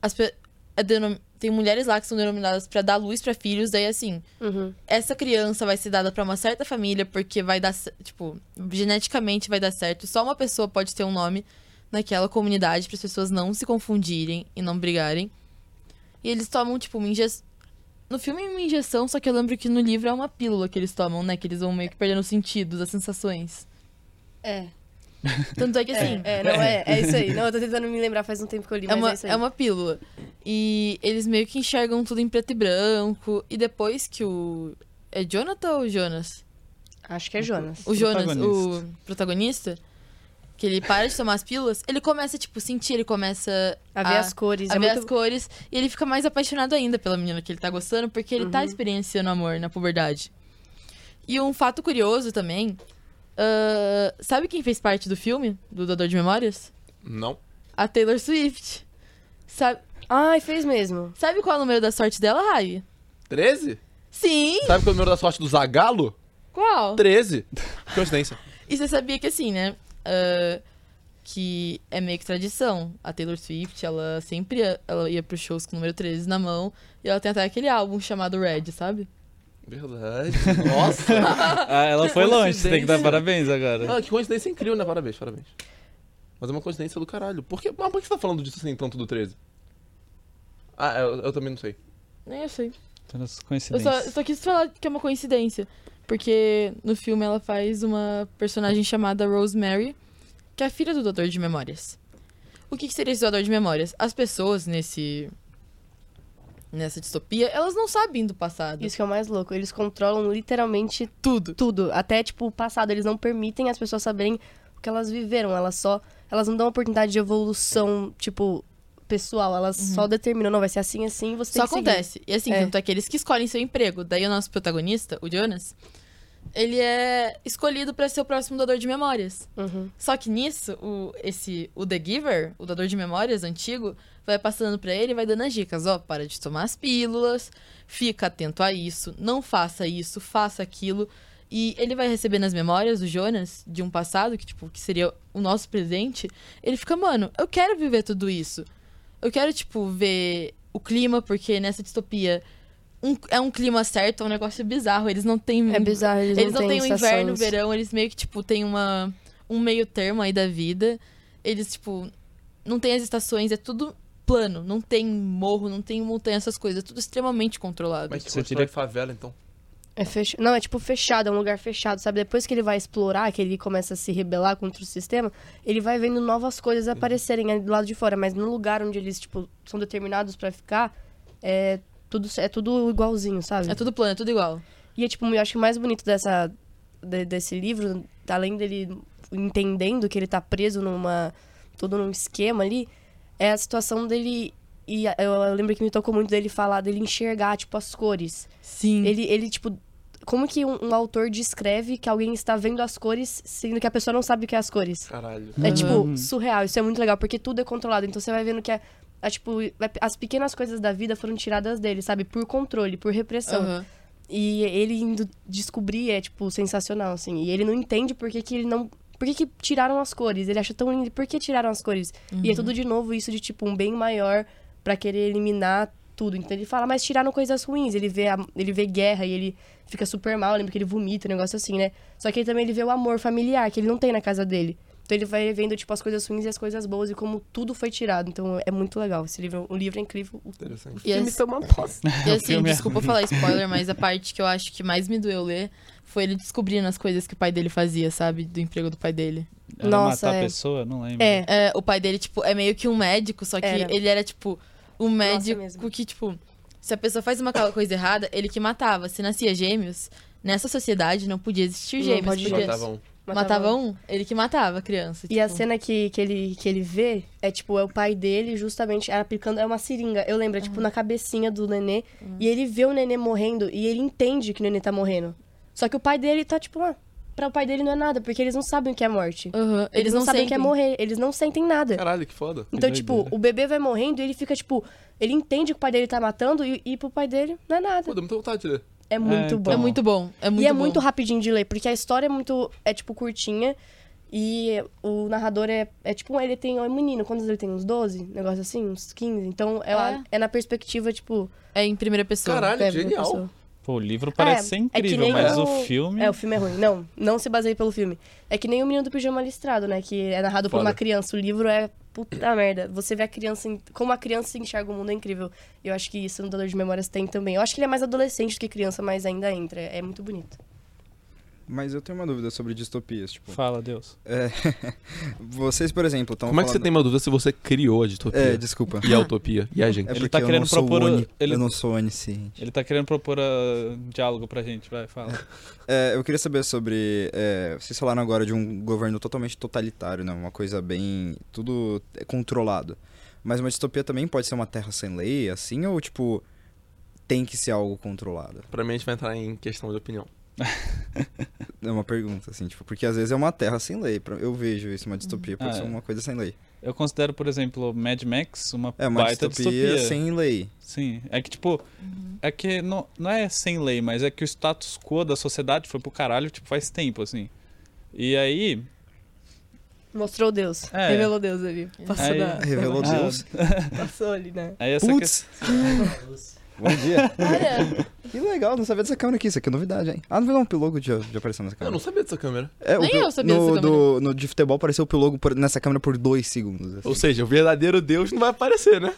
B: As, pe- é denom- tem mulheres lá que são denominadas pra dar luz pra filhos, daí assim
C: Uhum.
B: essa criança vai ser dada pra uma certa família porque vai dar, ce- tipo, geneticamente vai dar certo. Só uma pessoa pode ter um nome naquela comunidade para as pessoas não se confundirem e não brigarem. E eles tomam tipo uma injeção no filme é uma injeção, só que eu lembro que no livro é uma pílula que eles tomam, né? Que eles vão meio que perdendo os sentidos, as sensações.
C: É.
B: Tanto é que assim,
C: É, é, não é. É isso aí. Não, eu tô tentando me lembrar faz um tempo que eu li,
B: É
C: mas
B: uma,
C: é isso aí.
B: é uma pílula. E eles meio que enxergam tudo em preto e branco. E depois que o. É Jonathan ou Jonas?
C: Acho que é Jonas.
B: O Jonas,
A: Protagonista.
B: o protagonista, que ele para de tomar as pílulas, ele começa, tipo, sentir, ele começa
C: A ver
B: Ah,
C: as cores.
B: a
C: é
B: ver
C: muito...
B: as cores e ele fica mais apaixonado ainda pela menina que ele tá gostando, porque ele tá experienciando amor na puberdade. E um fato curioso também, ah, sabe quem fez parte do filme, do Dodor de Memórias?
D: Não.
B: A Taylor Swift. Sabe,
C: Ai, fez mesmo.
B: sabe qual é o número da sorte dela, Rai?
D: 13?
B: Sim!
D: Sabe qual é o número da sorte do Zagalo?
B: Qual?
D: 13. *laughs* Coincidência.
B: E você sabia que assim, né? ah, que é meio que tradição. A Taylor Swift, ela sempre ia, ela ia pros shows com o número 13 na mão. E ela tem até aquele álbum chamado Red, sabe?
D: Verdade. *laughs* Nossa.
A: Ah, ela foi longe, você tem que dar parabéns agora.
D: Ah, que coincidência incrível, né? Parabéns, parabéns. Mas é uma coincidência do caralho. Por que, mas por que você tá falando disso assim tanto do 13? Ah, eu, eu também não sei.
B: Nem eu sei.
A: Todas as
B: Eu só,
A: coincidências.
B: eu só quis falar que é uma coincidência. Porque no filme ela faz uma personagem chamada Rosemary, que é a filha do Doutor de Memórias. O que, que seria esse Doutor de Memórias? As pessoas nesse. Nessa distopia, elas não sabem do passado.
C: Isso que é o mais louco. Eles controlam literalmente tudo. Tudo. Até, tipo, o passado. Eles não permitem as pessoas saberem o que elas viveram. Elas só. Elas não dão oportunidade de evolução, tipo, pessoal. Elas só determinam. Não, vai ser assim, assim, você
B: Só
C: tem que seguir.
B: acontece. E assim,
C: É.
B: tanto é que eles que escolhem seu emprego. Daí o nosso protagonista, o Jonas, ele é escolhido pra ser o próximo doador de memórias.
C: Uhum.
B: Só que nisso, o, esse, o The Giver, o doador de memórias antigo, vai passando pra ele e vai dando as dicas. Ó, para de tomar as pílulas, fica atento a isso, não faça isso, faça aquilo. E ele vai recebendo as memórias do Jonas de um passado, que tipo, que seria o nosso presente. Ele fica, mano, eu quero viver tudo isso. Eu quero, tipo, ver o clima, porque nessa distopia um- é um clima certo, é um negócio bizarro. Eles não têm.
C: É bizarro, eles,
B: Eles
C: não, um
B: não têm o
C: estações.
B: inverno, o verão, eles meio que, tipo, tem uma, um meio termo aí da vida. Eles, tipo, não tem as estações, é tudo plano. Não tem morro, não tem montanha, essas coisas. É tudo extremamente controlado.
D: Mas que
A: Você
D: você
A: diria-
D: diria favela, então.
C: É fech... Não, é tipo fechado, é um lugar fechado, sabe? Depois que ele vai explorar, que ele começa a se rebelar contra o sistema, ele vai vendo novas coisas aparecerem ali do lado de fora, mas no lugar onde eles, tipo, são determinados pra ficar, é tudo, é tudo igualzinho, sabe?
B: É tudo plano, é tudo igual.
C: E é, tipo, eu acho que o mais bonito dessa, de- desse livro, além dele entendendo que ele tá preso numa... todo num esquema ali, é a situação dele... E a- eu eu lembro que me tocou muito dele falar, dele enxergar, tipo, as cores.
B: Sim.
C: Ele, ele tipo. Como que um, um autor descreve que alguém está vendo as cores, sendo que a pessoa não sabe o que é as cores?
D: Caralho.
C: É, tipo, surreal. Isso é muito legal, porque tudo é controlado. Então você vai vendo que é. é, tipo, as pequenas coisas da vida foram tiradas dele, sabe? Por controle, por repressão.
B: Aham.
C: E ele indo descobrir é, tipo, sensacional, assim. E ele não entende por que, que ele não. Por que, que tiraram as cores? Ele acha tão lindo. e Por que tiraram as cores?
B: Uhum.
C: E é tudo de novo isso de, tipo, um bem maior pra querer eliminar tudo. Então ele fala, mas tiraram coisas ruins. Ele vê, a- ele vê guerra e ele fica super mal. Eu lembro que ele vomita, um negócio assim, né? Só que ele também ele vê o amor familiar que ele não tem na casa dele. Então ele vai vendo, tipo, as coisas ruins e as coisas boas e como tudo foi tirado. Então é muito legal. Esse livro, o livro é incrível. O
D: Interessante.
B: E
C: filme
B: as-
C: foi uma bosta.
B: E assim,
A: filme é
B: desculpa
A: *laughs*
B: falar spoiler, mas a parte que eu acho que mais me doeu ler foi ele descobrindo as coisas que o pai dele fazia, sabe? Do emprego do pai dele.
A: Era
C: Nossa,
A: matar a
C: é.
A: pessoa? Não lembro.
C: É.
B: É, o pai dele, tipo, é meio que um médico, só que
C: Era.
B: ele era, tipo, um médico
C: mesmo.
B: que, tipo, se a pessoa faz uma ca- coisa errada, ele que matava. Se nascia gêmeos, nessa sociedade não podia existir
C: Não
B: gêmeos.
C: pode
B: porque
D: Matava um.
B: matava um, ele que matava a criança.
C: E a
B: tipo.
C: cena que, que, ele, que ele vê é tipo, é o pai dele justamente aplicando, é uma seringa, eu lembro, é tipo na cabecinha do nenê. E ele vê o nenê morrendo e ele entende que o nenê tá morrendo. Só que o pai dele tá tipo, ah, pra o pai dele não é nada, porque eles não sabem o que é morte.
B: Aham, Eles, não,
C: sabem o
B: sentem.
C: que é morrer, eles não sentem nada.
D: Caralho, que foda.
C: Então,
A: Que
C: tipo,
A: doideira.
C: o bebê vai morrendo e ele fica, tipo, ele entende que o pai dele tá matando e, e pro pai dele não é
D: Pô,
C: nada.
D: dá muita vontade de ler.
C: É muito
A: então.
C: bom.
B: É muito bom. É muito
C: e é
B: bom.
C: muito rapidinho de ler, porque a história é muito, é tipo, curtinha. E o narrador é, é tipo, ele tem, é um menino, quantos ele tem? Uns 12? Negócio assim, uns 15. Então, é, uma-
B: É.
C: é na perspectiva, tipo...
B: É em primeira pessoa.
D: Caralho,
C: é,
D: genial.
A: Pô, o livro parece
C: É,
A: ser
C: é que
A: incrível,
C: nem
A: mas
C: o-
A: o filme.
C: É, o filme é ruim. Não, não se baseie pelo filme. É que nem o Menino do Pijama Listrado, né? Que é narrado por
D: Foda.
C: uma criança. O livro é puta merda. Você vê a criança... em- Como a criança enxerga o mundo é incrível. E Eu acho que isso no Doador de Memórias tem também. Eu acho que ele é mais adolescente do que criança, mas ainda entra. É muito bonito.
E: Mas eu tenho uma dúvida sobre distopias, tipo...
A: Fala, Deus.
E: é, *laughs* vocês, por exemplo, estão
D: Como é que você tem uma dúvida se você criou a
E: É,
D: distopia?
E: desculpa.
D: E a utopia? E a gente?
E: É
A: Ele
E: porque
A: tá
E: eu
A: querendo
E: não sou
A: propor o-
E: uni-
A: ele-
E: Eu não sou onisciente.
A: Ele tá querendo propor ah, um diálogo pra gente, vai, *laughs* fala.
E: É, eu queria saber sobre. é, vocês falaram agora de um governo totalmente totalitário, né? Uma coisa bem. Tudo é controlado. Mas uma distopia também pode ser uma terra sem lei, assim? Ou, tipo, tem que ser algo controlado?
D: Pra mim, a gente vai entrar em questão de opinião.
E: É uma pergunta, assim, tipo, porque às vezes é uma terra sem lei. pra- Eu vejo isso, uma distopia pode
A: Ah,
E: ser
A: é.
E: uma coisa sem lei.
A: Eu considero, por exemplo, Mad Max uma,
E: É uma
A: baita
E: distopia,
A: distopia.
E: sem lei.
A: Sim. É que, tipo,
C: Uhum.
A: é que não, não é sem lei, mas é que o status quo da sociedade foi pro caralho, tipo, faz tempo, assim. E aí.
C: Mostrou
A: *laughs*
C: Deus.
A: É.
C: Revelou Deus ali. Passou,
A: Aí-
C: da-
E: Revelou
A: Ah,
E: Deus.
C: passou ali, né?
A: Aí essa
E: Putz! *laughs* Bom dia.
B: Olha,
E: Que legal, não sabia dessa câmera aqui. Isso aqui é novidade, hein? Ah, não vai dar um pilogo de, de aparecer nessa
D: Eu
E: câmera.
D: não sabia dessa câmera.
E: É,
B: Nem
E: pi-
B: eu sabia
E: no,
B: dessa
E: do, no de futebol apareceu o pilogo por- nessa câmera por dois segundos. assim.
D: Ou seja, o verdadeiro Deus não vai aparecer, né?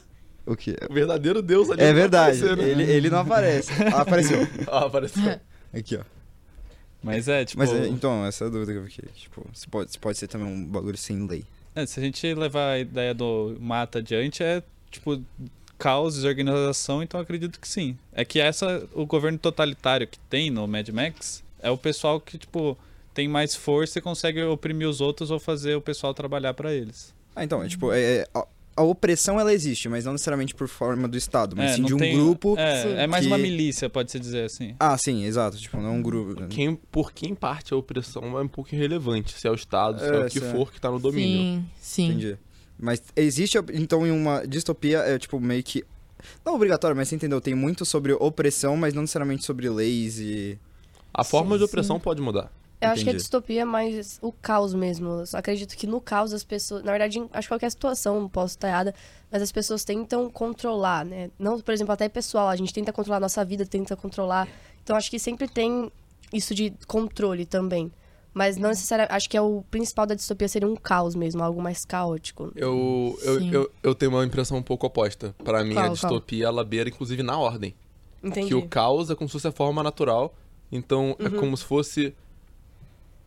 E: O que?
D: O verdadeiro Deus ali
E: É
D: não vai
E: verdade,
D: aparecer, né?
E: ele, ele não aparece. Ah, apareceu.
D: Ah, apareceu.
E: Aqui, ó.
A: Mas é, tipo.
E: Mas é, então, essa é a dúvida que eu fiquei. Tipo, se pode, se pode ser também um bagulho sem lei.
A: É, se a gente levar a ideia do mata adiante, é tipo caos, desorganização, então eu acredito que sim. É que essa o governo totalitário que tem no Mad Max é o pessoal que tipo tem mais força e consegue oprimir os outros ou fazer o pessoal trabalhar pra eles.
E: Ah, então, é, tipo, é, é, a, a opressão ela existe, mas não necessariamente por forma do Estado, mas
A: é,
E: sim de
A: não
E: um
A: tem-
E: grupo.
A: É,
C: sim,
A: é mais
E: que-
A: uma milícia, pode se dizer assim.
E: Ah, sim, exato. Tipo, não é um
D: *laughs*
E: grupo.
D: Quem, por quem parte a opressão é um pouco irrelevante. Se é o Estado, se é,
E: É,
D: o que
E: se é.
D: for que tá no domínio.
B: sim, sim.
E: Entendi. Mas existe, então, em uma distopia, é tipo meio que. Não obrigatório, mas você entendeu? Tem muito sobre opressão, mas não necessariamente sobre leis e.
D: A forma
B: Sim,
D: de opressão pode mudar.
C: Eu acho que a
E: Entendi.
C: distopia é mais o caos mesmo. Eu só acredito que no caos as pessoas. Na verdade, em- acho que qualquer situação posso estar errada, mas as pessoas tentam controlar, né? Não, por exemplo, até pessoal, a gente tenta controlar a nossa vida, tenta controlar. Então acho que sempre tem isso de controle também. Mas não necessariamente. Acho que é o principal da distopia seria um caos mesmo, algo mais caótico.
D: Eu, eu,
B: Sim.
D: eu, eu tenho uma impressão um pouco oposta. Pra mim,
C: Qual,
D: a
C: qual?
D: distopia, ela beira, inclusive, na ordem.
C: Entendi.
D: Que o caos é como se fosse a forma natural. Então, é como se fosse...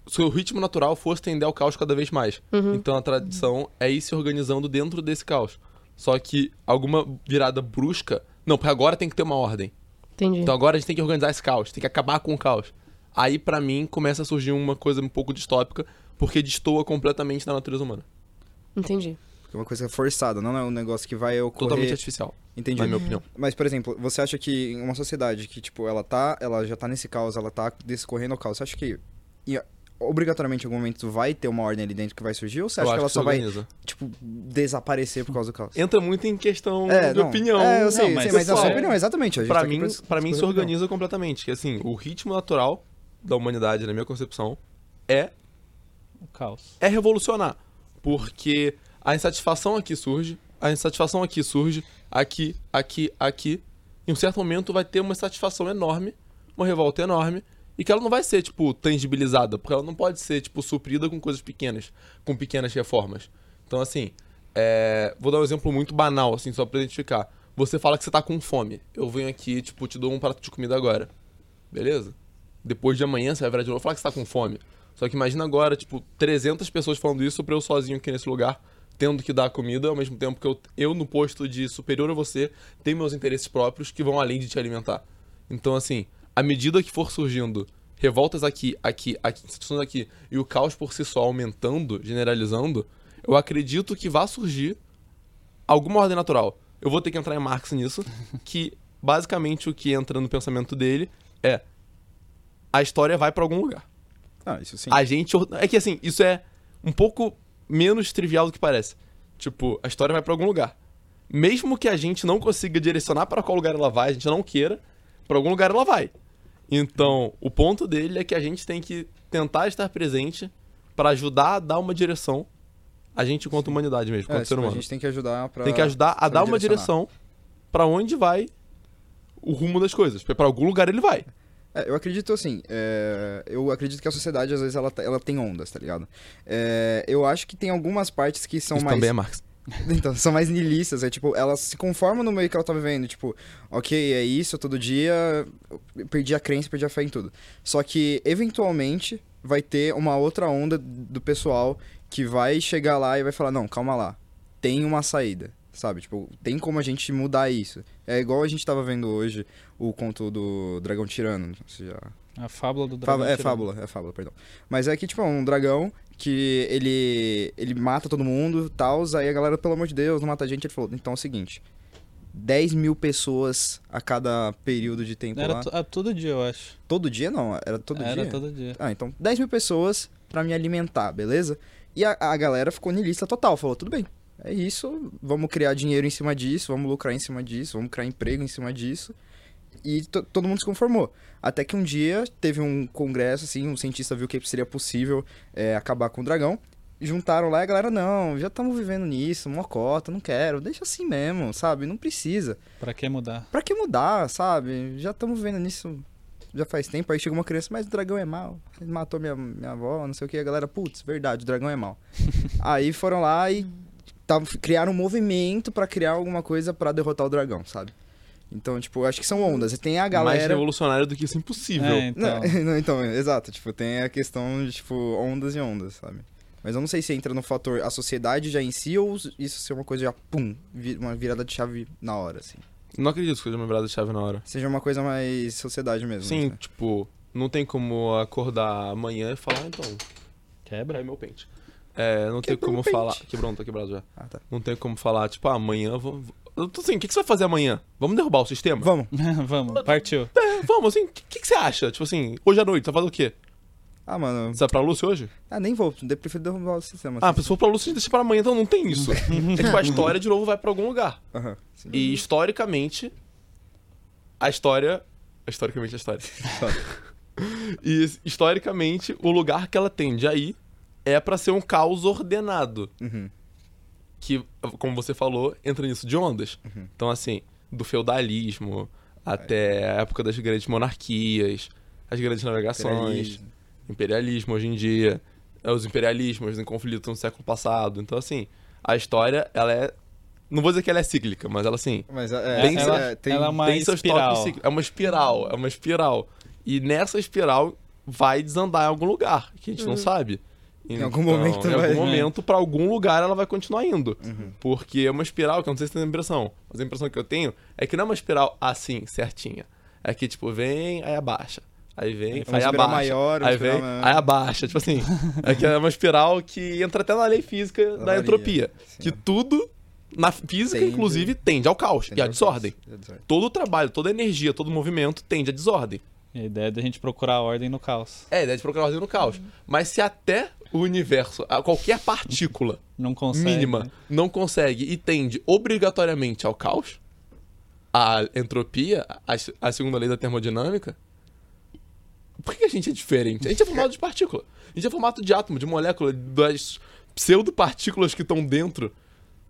D: Se o ritmo natural fosse tender ao caos cada vez mais. Então, a tradição é ir se organizando dentro desse caos. Só que alguma virada brusca... Não, porque agora tem que ter uma ordem.
C: Entendi.
D: Então agora a gente tem que organizar esse caos, tem que acabar com o caos. Aí pra mim começa a surgir uma coisa um pouco distópica, porque destoa completamente da natureza humana.
C: Entendi.
E: É uma coisa forçada, não é um negócio que vai ocorrer.
D: Totalmente artificial,
E: Entendi.
D: na minha opinião.
E: Mas, por exemplo, você acha que em uma sociedade que, tipo, ela tá, ela já tá nesse caos, ela tá descorrendo ao caos, você acha que e, obrigatoriamente em algum momento vai ter uma ordem ali dentro que vai surgir? Ou você acha que ela
D: se
E: só vai,
D: organiza.
E: tipo, desaparecer por causa do caos?
D: Entra muito em questão de
E: não.
D: opinião.
E: É, eu sei,
A: Não,
E: mas,
A: mas
E: sei, mas é a sua
A: pessoal,
E: opinião, exatamente. A gente
D: pra
E: tá aqui
D: mim,
E: pra dis-
D: pra mim se
E: discutir opinião.
D: organiza completamente. Que assim, o ritmo natural da humanidade, na minha concepção, é
A: O caos.
D: é revolucionar. Porque a insatisfação aqui surge, a insatisfação aqui surge, aqui, aqui, aqui. Em um certo momento vai ter uma insatisfação enorme, uma revolta enorme, E que ela não vai ser, tipo, tangibilizada, porque ela não pode ser, tipo, suprida com coisas pequenas, com pequenas reformas. Então, assim, é, vou dar um exemplo muito banal, assim, só pra identificar. Você fala que você tá com fome. Eu venho aqui, tipo, te dou um prato de comida agora. Beleza? Depois de amanhã você vai virar de novo e falar que você tá com fome. Só que imagina agora, tipo, 300 pessoas falando isso pra eu sozinho aqui nesse lugar, tendo que dar comida, ao mesmo tempo que eu, eu no posto de superior a você, tenho meus interesses próprios que vão além de te alimentar. Então, assim, à medida que for surgindo revoltas aqui, aqui, aqui, situações aqui, e o caos por si só aumentando, generalizando, eu acredito que vá surgir alguma ordem natural. Eu vou ter que entrar em Marx nisso, que basicamente o que entra no pensamento dele é a história vai pra algum lugar.
E: Ah, isso sim.
D: A gente. or- É que assim, isso é um pouco menos trivial do que parece. Tipo, a história vai pra algum lugar. Mesmo que a gente não consiga direcionar pra qual lugar ela vai, a gente não queira, pra algum lugar ela vai. Então, o ponto dele é que a gente tem que tentar estar presente pra ajudar a dar uma direção a gente enquanto humanidade mesmo,
E: É,
D: enquanto ser
E: tipo, a
D: humano.
E: gente tem que ajudar pra...
D: Tem que ajudar a
E: saber
D: dar uma
E: direcionar.
D: direção pra onde vai o rumo das coisas. Porque pra algum lugar ele vai.
E: É, eu acredito assim, é, eu acredito que a sociedade, às vezes, ela, tá- ela tem ondas, tá ligado? É, eu acho que tem algumas partes que são
D: Isso
E: mais...
D: também é Marx.
E: Então, são mais nilistas, é tipo, elas se conformam no meio que ela tá vivendo, tipo, ok, é isso, todo dia, eu perdi a crença, perdi a fé em tudo. Só que, eventualmente, vai ter uma outra onda do pessoal que vai chegar lá e vai falar, não, calma lá, tem uma saída, sabe? Tipo, tem como a gente mudar isso. É igual a gente tava vendo hoje o conto do Dragão Tirano, você já
A: A fábula do
E: Fábula-
A: dragão.
E: é
A: tirano.
E: fábula, é fábula, perdão. Mas é que, tipo, é um dragão que ele ele mata todo mundo tal, aí a galera, pelo amor de Deus, não mata a gente. Ele falou, então é o seguinte, 10 mil pessoas a cada período de tempo
A: Era
E: lá.
A: to- ah, todo dia, eu acho.
E: Todo dia não, era todo
A: Era
E: dia?
A: todo dia.
E: Ah, então 10 mil pessoas pra me alimentar, beleza? E a, a galera ficou niilista total, falou, tudo bem, é isso, vamos criar dinheiro em cima disso, vamos lucrar em cima disso, vamos criar emprego em cima disso. E to- todo mundo se conformou. Até que um dia teve um congresso, assim, um cientista viu que seria possível é, acabar com o dragão. Juntaram lá e a galera, não, já estamos vivendo nisso, mocota, não quero, deixa assim mesmo, sabe? Não precisa.
A: Pra que mudar?
E: Pra que mudar, sabe? Já estamos vendo nisso já faz tempo. Aí chega uma criança, mas o dragão é mal. Ele matou minha, minha avó, não sei o que. A galera, putz, verdade, o dragão é mal. aí foram lá e tavam- criaram um movimento pra criar alguma coisa pra derrotar o dragão, sabe? Então, tipo, eu acho que são ondas. Tem a
D: Mais
E: galera.
D: revolucionário do que isso, impossível.
A: É, então.
E: Não, *laughs* não, então, exato. Tipo, tem a questão de, tipo, ondas e ondas, sabe? Mas eu não sei se entra no fator a sociedade já em si ou isso ser uma coisa já, pum, vi- uma virada de chave na hora, assim.
D: Não acredito que seja uma virada de chave na hora.
E: Seja uma coisa mais sociedade mesmo.
D: Sim,
E: né?
D: tipo, não tem como acordar amanhã e falar, "Ah, então,
A: Quebra?
D: quebra aí meu pente. É, não tem
E: Quebrou
D: como
E: o pente.
D: falar. Quebrou, não tá quebrado já.
E: Ah, tá.
D: Não tem como falar, tipo, ah, amanhã. Vou... Eu tô assim, o que, que você vai fazer amanhã? Vamos derrubar o sistema?
E: Vamos.
A: *laughs* Vamos, partiu.
D: É, vamos, assim, o que, que, que você acha? Tipo assim, hoje à noite, você vai fazer o quê?
E: Ah, mano.
D: Você vai pra Lúcia hoje?
E: Ah, nem vou. Eu prefiro derrubar o sistema.
D: Ah,
E: assim.
D: se for pra Lúcia, deixa pra amanhã, então não tem
E: *laughs*
D: isso. é tipo, a história de novo vai pra algum lugar.
E: Aham, sim.
D: E historicamente, a história. Historicamente, a
E: *laughs*
D: história. e historicamente, o lugar que ela tende a ir é pra ser um caos ordenado.
E: Uhum.
D: Que, como você falou, entra nisso de ondas.
E: Uhum.
D: Então, assim, do feudalismo
E: É.
D: até a época das grandes monarquias, as grandes navegações,
E: Imperialismo.
D: imperialismo hoje em dia, é, os imperialismos em conflito no século passado. Então, assim, a história, ela é. Não vou dizer que ela é cíclica, mas ela, assim,
E: Mas é,
D: Bem,
E: ela,
A: ela-
E: tem...
A: ela é uma-
D: tem seus
A: espiral.
D: toques cíclicos. É uma espiral, é uma espiral. E nessa espiral vai desandar em algum lugar, que a gente não sabe. Em
E: Uhum. algum momento
D: Em
E: vai- Uhum.
D: algum momento, pra algum lugar, ela vai continuar indo. Porque é uma espiral que eu não sei se você tem a impressão, mas a impressão que eu tenho é que não é uma espiral assim, certinha. É que, tipo, vem, aí abaixa. Aí vem,
E: É uma
D: aí
E: espiral
D: abaixa.
E: maior, uma
D: aí
E: espiral
D: vem,
E: maior.
D: aí abaixa. Tipo assim, é que é uma espiral que entra até na lei física da
E: Maria,
D: entropia.
E: sim.
D: Que tudo, na física,
E: Tende-
D: inclusive, tende ao caos e à desordem
E: É desordem.
D: todo o trabalho, toda a energia, todo o movimento tende à desordem.
A: E a ideia é da gente procurar a ordem no caos.
D: É, a ideia de procurar ordem no caos. Mas se até o universo, a- qualquer partícula
A: Não consegue. né?
D: mínima não consegue e tende obrigatoriamente ao caos, à entropia, a, a segunda lei da termodinâmica, por que que a gente é diferente? A gente é formado de partícula. A gente é formado de átomo, de molécula, das pseudopartículas que estão dentro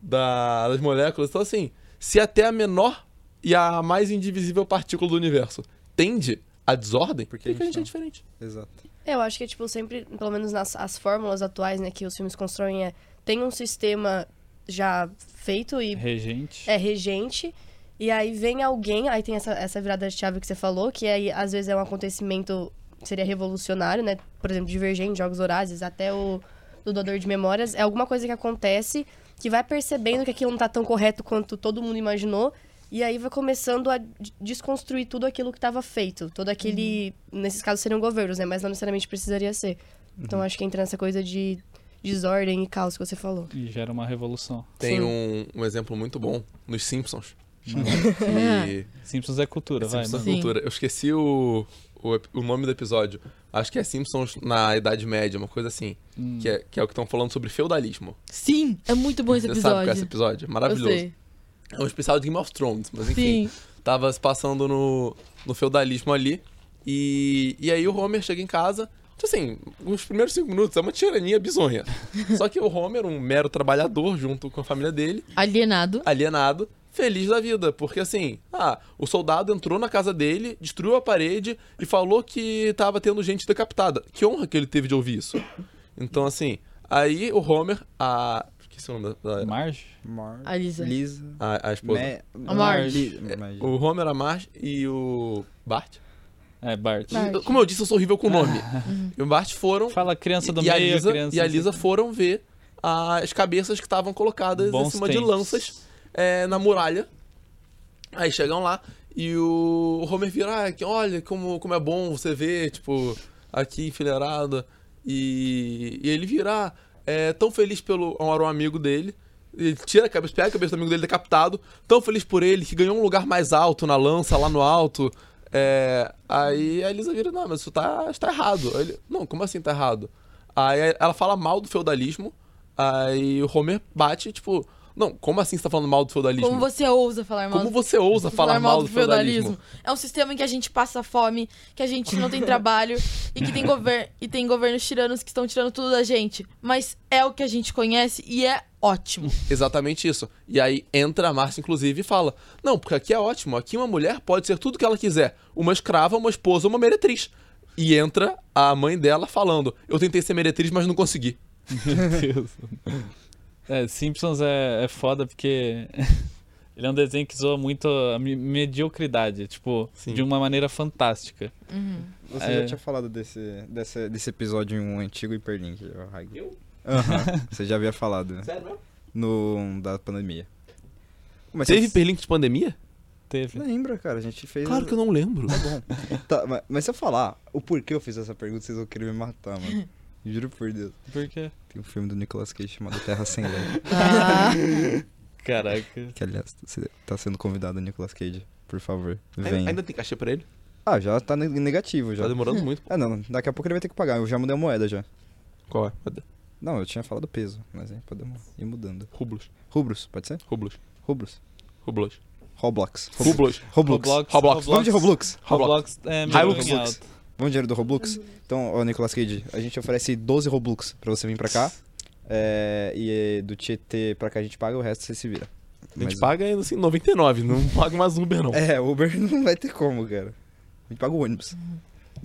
D: da- das moléculas. Então, assim, se até a menor e a mais indivisível partícula do universo tende a desordem,
E: Por
D: porque
E: que a
D: a gente
E: gente
D: é
E: não?
D: diferente.
E: Exato.
C: Eu acho que, tipo, sempre, pelo menos nas as fórmulas atuais, né, que os filmes constroem, é, tem um sistema já feito e
A: Regente.
C: é regente. E aí vem alguém, aí tem essa, essa virada de chave que você falou, que aí às vezes é um acontecimento, seria revolucionário, né? Por exemplo, Divergente, Jogos Horazes, até o do doador de memórias. É alguma coisa que acontece que vai percebendo que aquilo não tá tão correto quanto todo mundo imaginou. E aí vai começando a d- desconstruir tudo aquilo que estava feito. Todo aquele. Nesses casos seriam governos, né? Mas não necessariamente precisaria ser. Então acho que entra nessa coisa de desordem e caos que você falou.
A: E gera uma revolução.
D: Tem
C: Sim.
D: um, um exemplo muito bom nos Simpsons. Que
A: Simpsons é cultura, vai.
D: Simpsons
A: mano.
B: Sim.
D: cultura. Eu esqueci o, o, ep- o nome do episódio. Acho que é Simpsons na Idade Média, uma coisa assim.
A: Hum.
D: Que, é, que é o que estão falando sobre feudalismo.
B: Sim, é muito bom esse
D: Você sabe qual é
B: episódio.
D: esse episódio?
B: Eu
D: Maravilhoso.
B: sei.
D: É um especial de Game of Thrones, mas enfim.
B: Sim.
D: Tava se passando no, no feudalismo ali. E, e aí o Homer chega em casa. Tipo assim, os primeiros cinco minutos é uma
B: *laughs*
D: tirania bizonha. Só que o Homer, um mero trabalhador junto com a família dele,
B: Alienado.
D: alienado, feliz da vida. Porque assim, ah, o soldado entrou na casa dele, destruiu a parede e falou que tava tendo gente decapitada. Que honra que ele teve de ouvir isso. Então, assim, aí o Homer, a. Esqueci o nome da. da-
A: Marge?
E: Mar...
B: A Lisa.
E: Lisa.
D: a, a esposa.
E: Ma-
B: A Marge.
E: Li-
D: É,
E: Marge.
D: o Homer, a Marge e o Bart.
A: É, Bart.
C: Bart.
D: Como eu disse, eu sou horrível com o nome. e o Bart foram.
A: Fala criança do
D: e, a
A: meio,
D: Lisa,
A: criança.
D: e a Lisa foram ver as cabeças que estavam colocadas
A: Bons
D: em cima de
A: tempos.
D: lanças é, na muralha. Aí chegam lá e o Homer vira, ah, que- olha como, como é bom você ver, tipo, aqui enfileirada. E, e ele vira, ah, é, tão feliz pelo era um amigo dele. Ele tira a cabeça, pega a cabeça do amigo dele decapitado, tão feliz por ele, que ganhou um lugar mais alto na lança, lá no alto. É, aí a Elisa vira, não, mas isso tá, isso tá errado. Aí ele, não, como assim tá errado? Aí ela fala mal do feudalismo, aí o Homer bate, tipo, não, como assim você tá falando mal do feudalismo?
B: Como você ousa falar mal
D: Como
B: do-
D: você ousa falar, mal do feudalismo?
B: É um sistema em que a gente passa fome, que a gente
D: *laughs*
B: não tem trabalho e que tem, gover e tem governos tiranos que estão tirando tudo da gente. Mas é o que a gente conhece e é
D: *laughs*
B: ótimo.
D: Exatamente isso. E aí entra a Márcia, inclusive, e fala: Não, porque aqui é ótimo, aqui uma mulher pode ser tudo que ela quiser: uma escrava, uma esposa, uma meretriz. E entra a mãe dela falando: Eu tentei ser meretriz, mas não consegui.
A: Meu
D: *laughs*
A: Deus. É, Simpsons é, é foda porque *laughs* ele é um desenho que zoa muito a me- mediocridade, tipo,
D: Sim.
A: de uma maneira fantástica.
E: Você
A: É.
E: já tinha falado desse, desse, desse episódio em um antigo hiperlink, o Hag.
D: Eu? *laughs*
E: Aham, Você já havia falado, né?
D: Sério mesmo?
E: No da pandemia. Mas
D: Teve
E: você...
D: hiperlink de pandemia?
A: Teve.
E: Lembra, cara? A gente fez.
D: Claro que eu não lembro.
E: Tá bom. Tá, mas, mas se eu falar o porquê eu fiz essa pergunta, vocês vão querer me matar, mano. Juro por Deus.
A: Por quê?
E: Tem um filme do Nicolas Cage chamado Terra Sem Lei.
A: Caraca.
E: Que, aliás, você tá sendo convidado, Nicolas Cage. Por favor,
D: Ainda,
E: venha.
D: ainda tem cachê pra ele?
E: Ah, já tá ne- negativo já.
D: Tá demorando muito.
E: Ah, não. Daqui a pouco ele vai ter que pagar. Eu já mudei a moeda já.
D: Qual é?
E: Não, eu tinha falado peso, mas aí podemos ir mudando.
D: Rublos.
E: Rubros, pode ser?
D: Rublos.
E: Rubros.
D: *laughs* Rublos.
E: Roblox.
D: Rublos.
E: Roblox.
A: Roblox.
D: Roblox.
E: Vamos de Roblox.
A: Roblox é meio
D: Hilux.
A: em alta.
E: Vamos de dinheiro do Roblox? Então, ô Nicolas Cage, a gente oferece 12 Roblox pra você vir pra cá. É, e do Tietê pra cá a gente paga, o resto você se vira.
D: A gente
E: Mas-
D: paga ainda assim 99, não paga mais Uber não.
E: É, Uber *laughs* não vai ter como, cara. A gente paga o ônibus.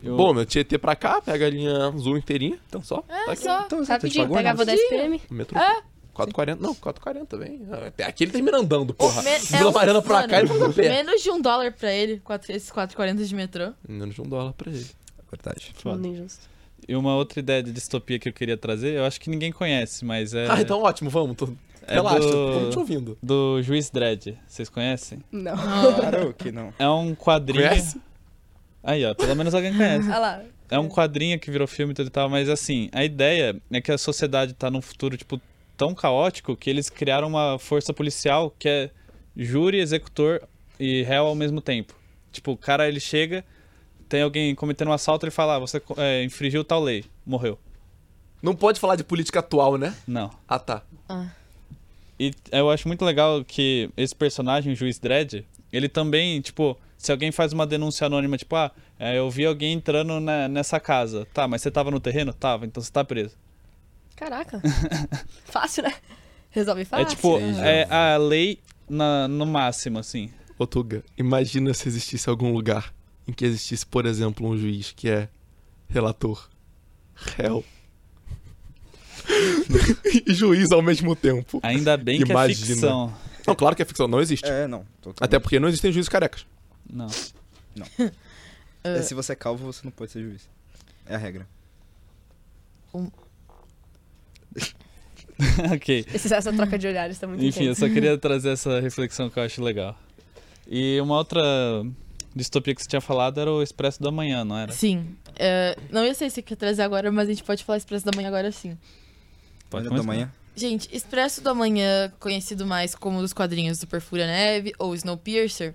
A: Eu-
D: Bom, meu Tietê pra cá, pega a linha azul inteirinha, então só.
B: É
D: tá aqui.
B: só.
E: Então, exato, a gente
C: Rapidinho,
E: paga o ônibus.
C: pegava o 10 PM.
D: O metrô. É. 4,40. Não, 4,40 vem. Ah, Aqui ele termina andando, porra.
B: Me- é
D: Vila Mariana pra cá, ele vai a
B: mano,
D: pé.
B: Menos de um dólar pra ele, quatro, esses 4,40 de metrô.
D: Menos de um dólar pra ele.
E: Verdade.
A: Foda.
C: Ninjas.
A: E uma outra ideia de distopia que eu queria trazer, eu acho que ninguém conhece, mas é.
D: Ah, então ótimo, vamos. Tô...
A: é
D: Relaxa, tô te
A: do...
D: ouvindo.
A: do Juiz Dredd. Vocês conhecem?
C: Não.
E: Claro que não.
A: É um quadrinho.
D: Conhece?
A: Aí, ó, pelo menos alguém conhece.
C: Olha lá.
A: É um quadrinho que virou filme e tudo e tal, mas assim, a ideia é que a sociedade tá num futuro, tipo, tão caótico que eles criaram uma força policial que é júri, executor e réu ao mesmo tempo. Tipo, o cara, ele chega, tem alguém cometendo um assalto, ele fala, ah, você é, infringiu tal lei, morreu.
D: Não pode falar de política atual, né?
A: Não.
D: Ah, tá.
A: E eu acho muito legal que esse personagem, o juiz Dredd, ele também, tipo, se alguém faz uma denúncia anônima, tipo, ah, é, eu vi alguém entrando na- nessa casa. Tá, mas você tava no terreno? Tava, então você tá preso.
C: Caraca. *laughs* fácil, né? Resolve fácil.
A: É tipo,
E: sim, já
A: é a lei na- no máximo, assim.
D: Ô, Tuga, imagina se existisse algum lugar em que existisse, por exemplo, um juiz que é relator, réu *laughs* e juiz ao mesmo tempo.
A: Ainda bem que
D: Imagina.
A: é ficção.
D: Não, claro que a ficção não existe.
E: É, não. totalmente.
D: Até porque não existem juízes carecas.
A: Não. *laughs*
C: Ah.
E: É, se você é calvo, você não pode ser juiz. É a regra.
A: ok.
C: Esse- Essa troca de olhares tá muito
A: Enfim, eu
C: intensa.
A: só queria trazer essa reflexão que eu acho legal. E uma outra distopia que você tinha falado era o Expresso da Manhã, não era?
B: Sim. É, não ia sei se você quer trazer agora, mas a gente pode falar Expresso da Manhã agora sim.
A: Pode
E: Manhã da
A: começar.
E: manhã.
B: Gente, Expresso da Manhã, conhecido mais como dos quadrinhos do Perfura Neve ou Snowpiercer,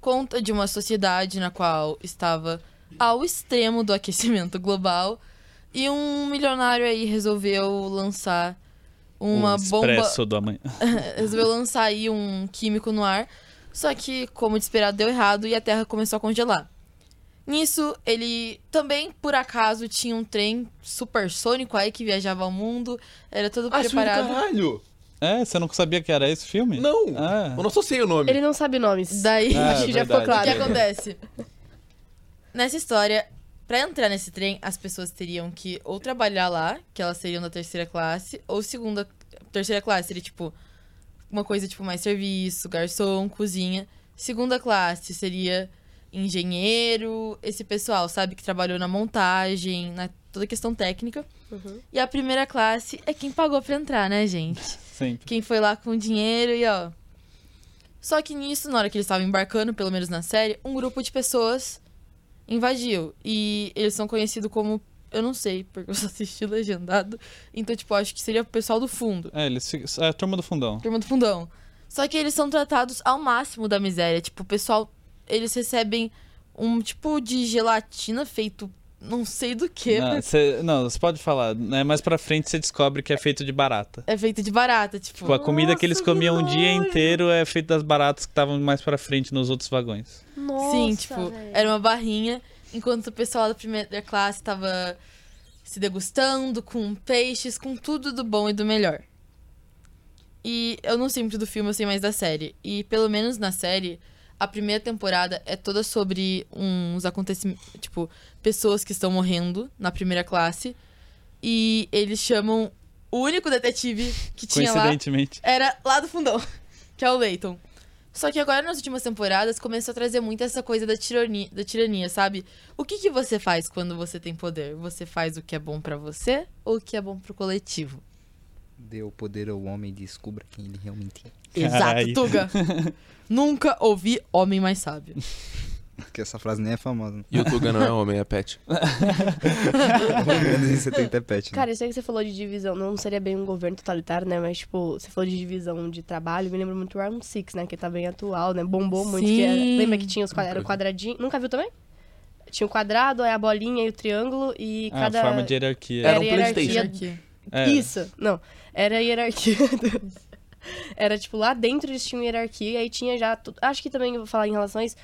B: conta de uma sociedade na qual estava ao extremo do aquecimento global e um milionário aí resolveu lançar uma
A: o
B: bomba
A: Um Expresso da Manhã.
B: *laughs* resolveu lançar aí um químico no ar. Só que, como de esperado, deu errado e a Terra começou a congelar. Nisso, ele também, por acaso, tinha um trem supersônico aí que viajava ao mundo. Era todo preparado.
D: Ah, caralho!
A: É, você não sabia que era esse filme?
D: Não!
A: Ah.
D: Eu não só sei o nome.
C: Ele não sabe nomes.
B: Daí,
A: Ah,
C: Acho que já
A: verdade.
C: ficou
B: *laughs* o que
C: claro.
B: acontece? Nessa história, pra entrar nesse trem, as pessoas teriam que ou trabalhar lá, que elas seriam da terceira classe, ou segunda. Terceira classe seria tipo uma coisa tipo mais serviço, garçom, cozinha. Segunda classe seria engenheiro, esse pessoal, sabe, que trabalhou na montagem, na toda questão técnica.
C: Uhum.
B: E a primeira classe é quem pagou pra entrar, né, gente?
A: Sempre.
B: Quem foi lá com dinheiro e ó. Só que nisso, na hora que eles estavam embarcando, pelo menos na série, um grupo de pessoas invadiu. E eles são conhecidos como. Eu não sei, porque eu só assisti legendado. Então, tipo, acho que seria o pessoal do fundo.
A: É, eles se- é a turma do fundão.
B: Turma do fundão. Só que eles são tratados ao máximo da miséria. Tipo, o pessoal. Eles recebem um tipo de gelatina feito não sei do que.
A: Não, você não, você pode falar. Né? Mais pra frente você descobre que é feito de barata.
B: É feito de barata, tipo.
A: Tipo, a comida que eles
C: Nossa,
A: comiam
C: que
A: um dia
C: nojo.
A: inteiro é feita das baratas que estavam mais pra frente nos outros vagões.
C: Nossa,
B: Sim, tipo,
C: velho.
B: era uma barrinha, enquanto o pessoal da primeira classe tava se degustando com peixes, com tudo do bom e do melhor. E eu não sei muito do filme, eu sei mais da série. E pelo menos na série, a primeira temporada é toda sobre uns acontecimentos, tipo, pessoas que estão morrendo na primeira classe. E eles chamam o único detetive que tinha lá
A: Coincidentemente.
B: era lá do fundão, *laughs* que é o Leighton. Só que agora nas últimas temporadas começou a trazer muito essa coisa da tirania, da tirania, sabe? O que, que você faz quando você tem poder? Você faz o que é bom pra você ou o que é bom pro coletivo?
E: Dê o poder ao homem e descubra quem ele realmente é.
A: Carai. *laughs*
B: Exato, Tuga. Nunca ouvi homem mais sábio.
E: Porque essa frase nem é famosa. né?
D: E o Tuga não é homem, é pet.
E: Pelo menos em 70 é pet, né?
C: Cara, isso aí que você falou de divisão, não seria bem um governo totalitário, né? Mas, tipo, você falou de divisão de trabalho, me lembra muito Round Six, né? Que tá bem atual, né? Bombou muito. que era-
B: Sim.
C: lembra que tinha os quadra- era o quadradinho. Nunca viu também? Tinha o quadrado, aí a bolinha e o triângulo e
A: Ah,
C: cada.
A: forma de hierarquia.
D: Era um
C: hierarquia
D: PlayStation.
B: Aqui.
A: É.
C: Isso, não. Era a hierarquia. *laughs* do- Era tipo, lá dentro eles tinham hierarquia e aí tinha já. tu- Acho que também eu vou falar em relações.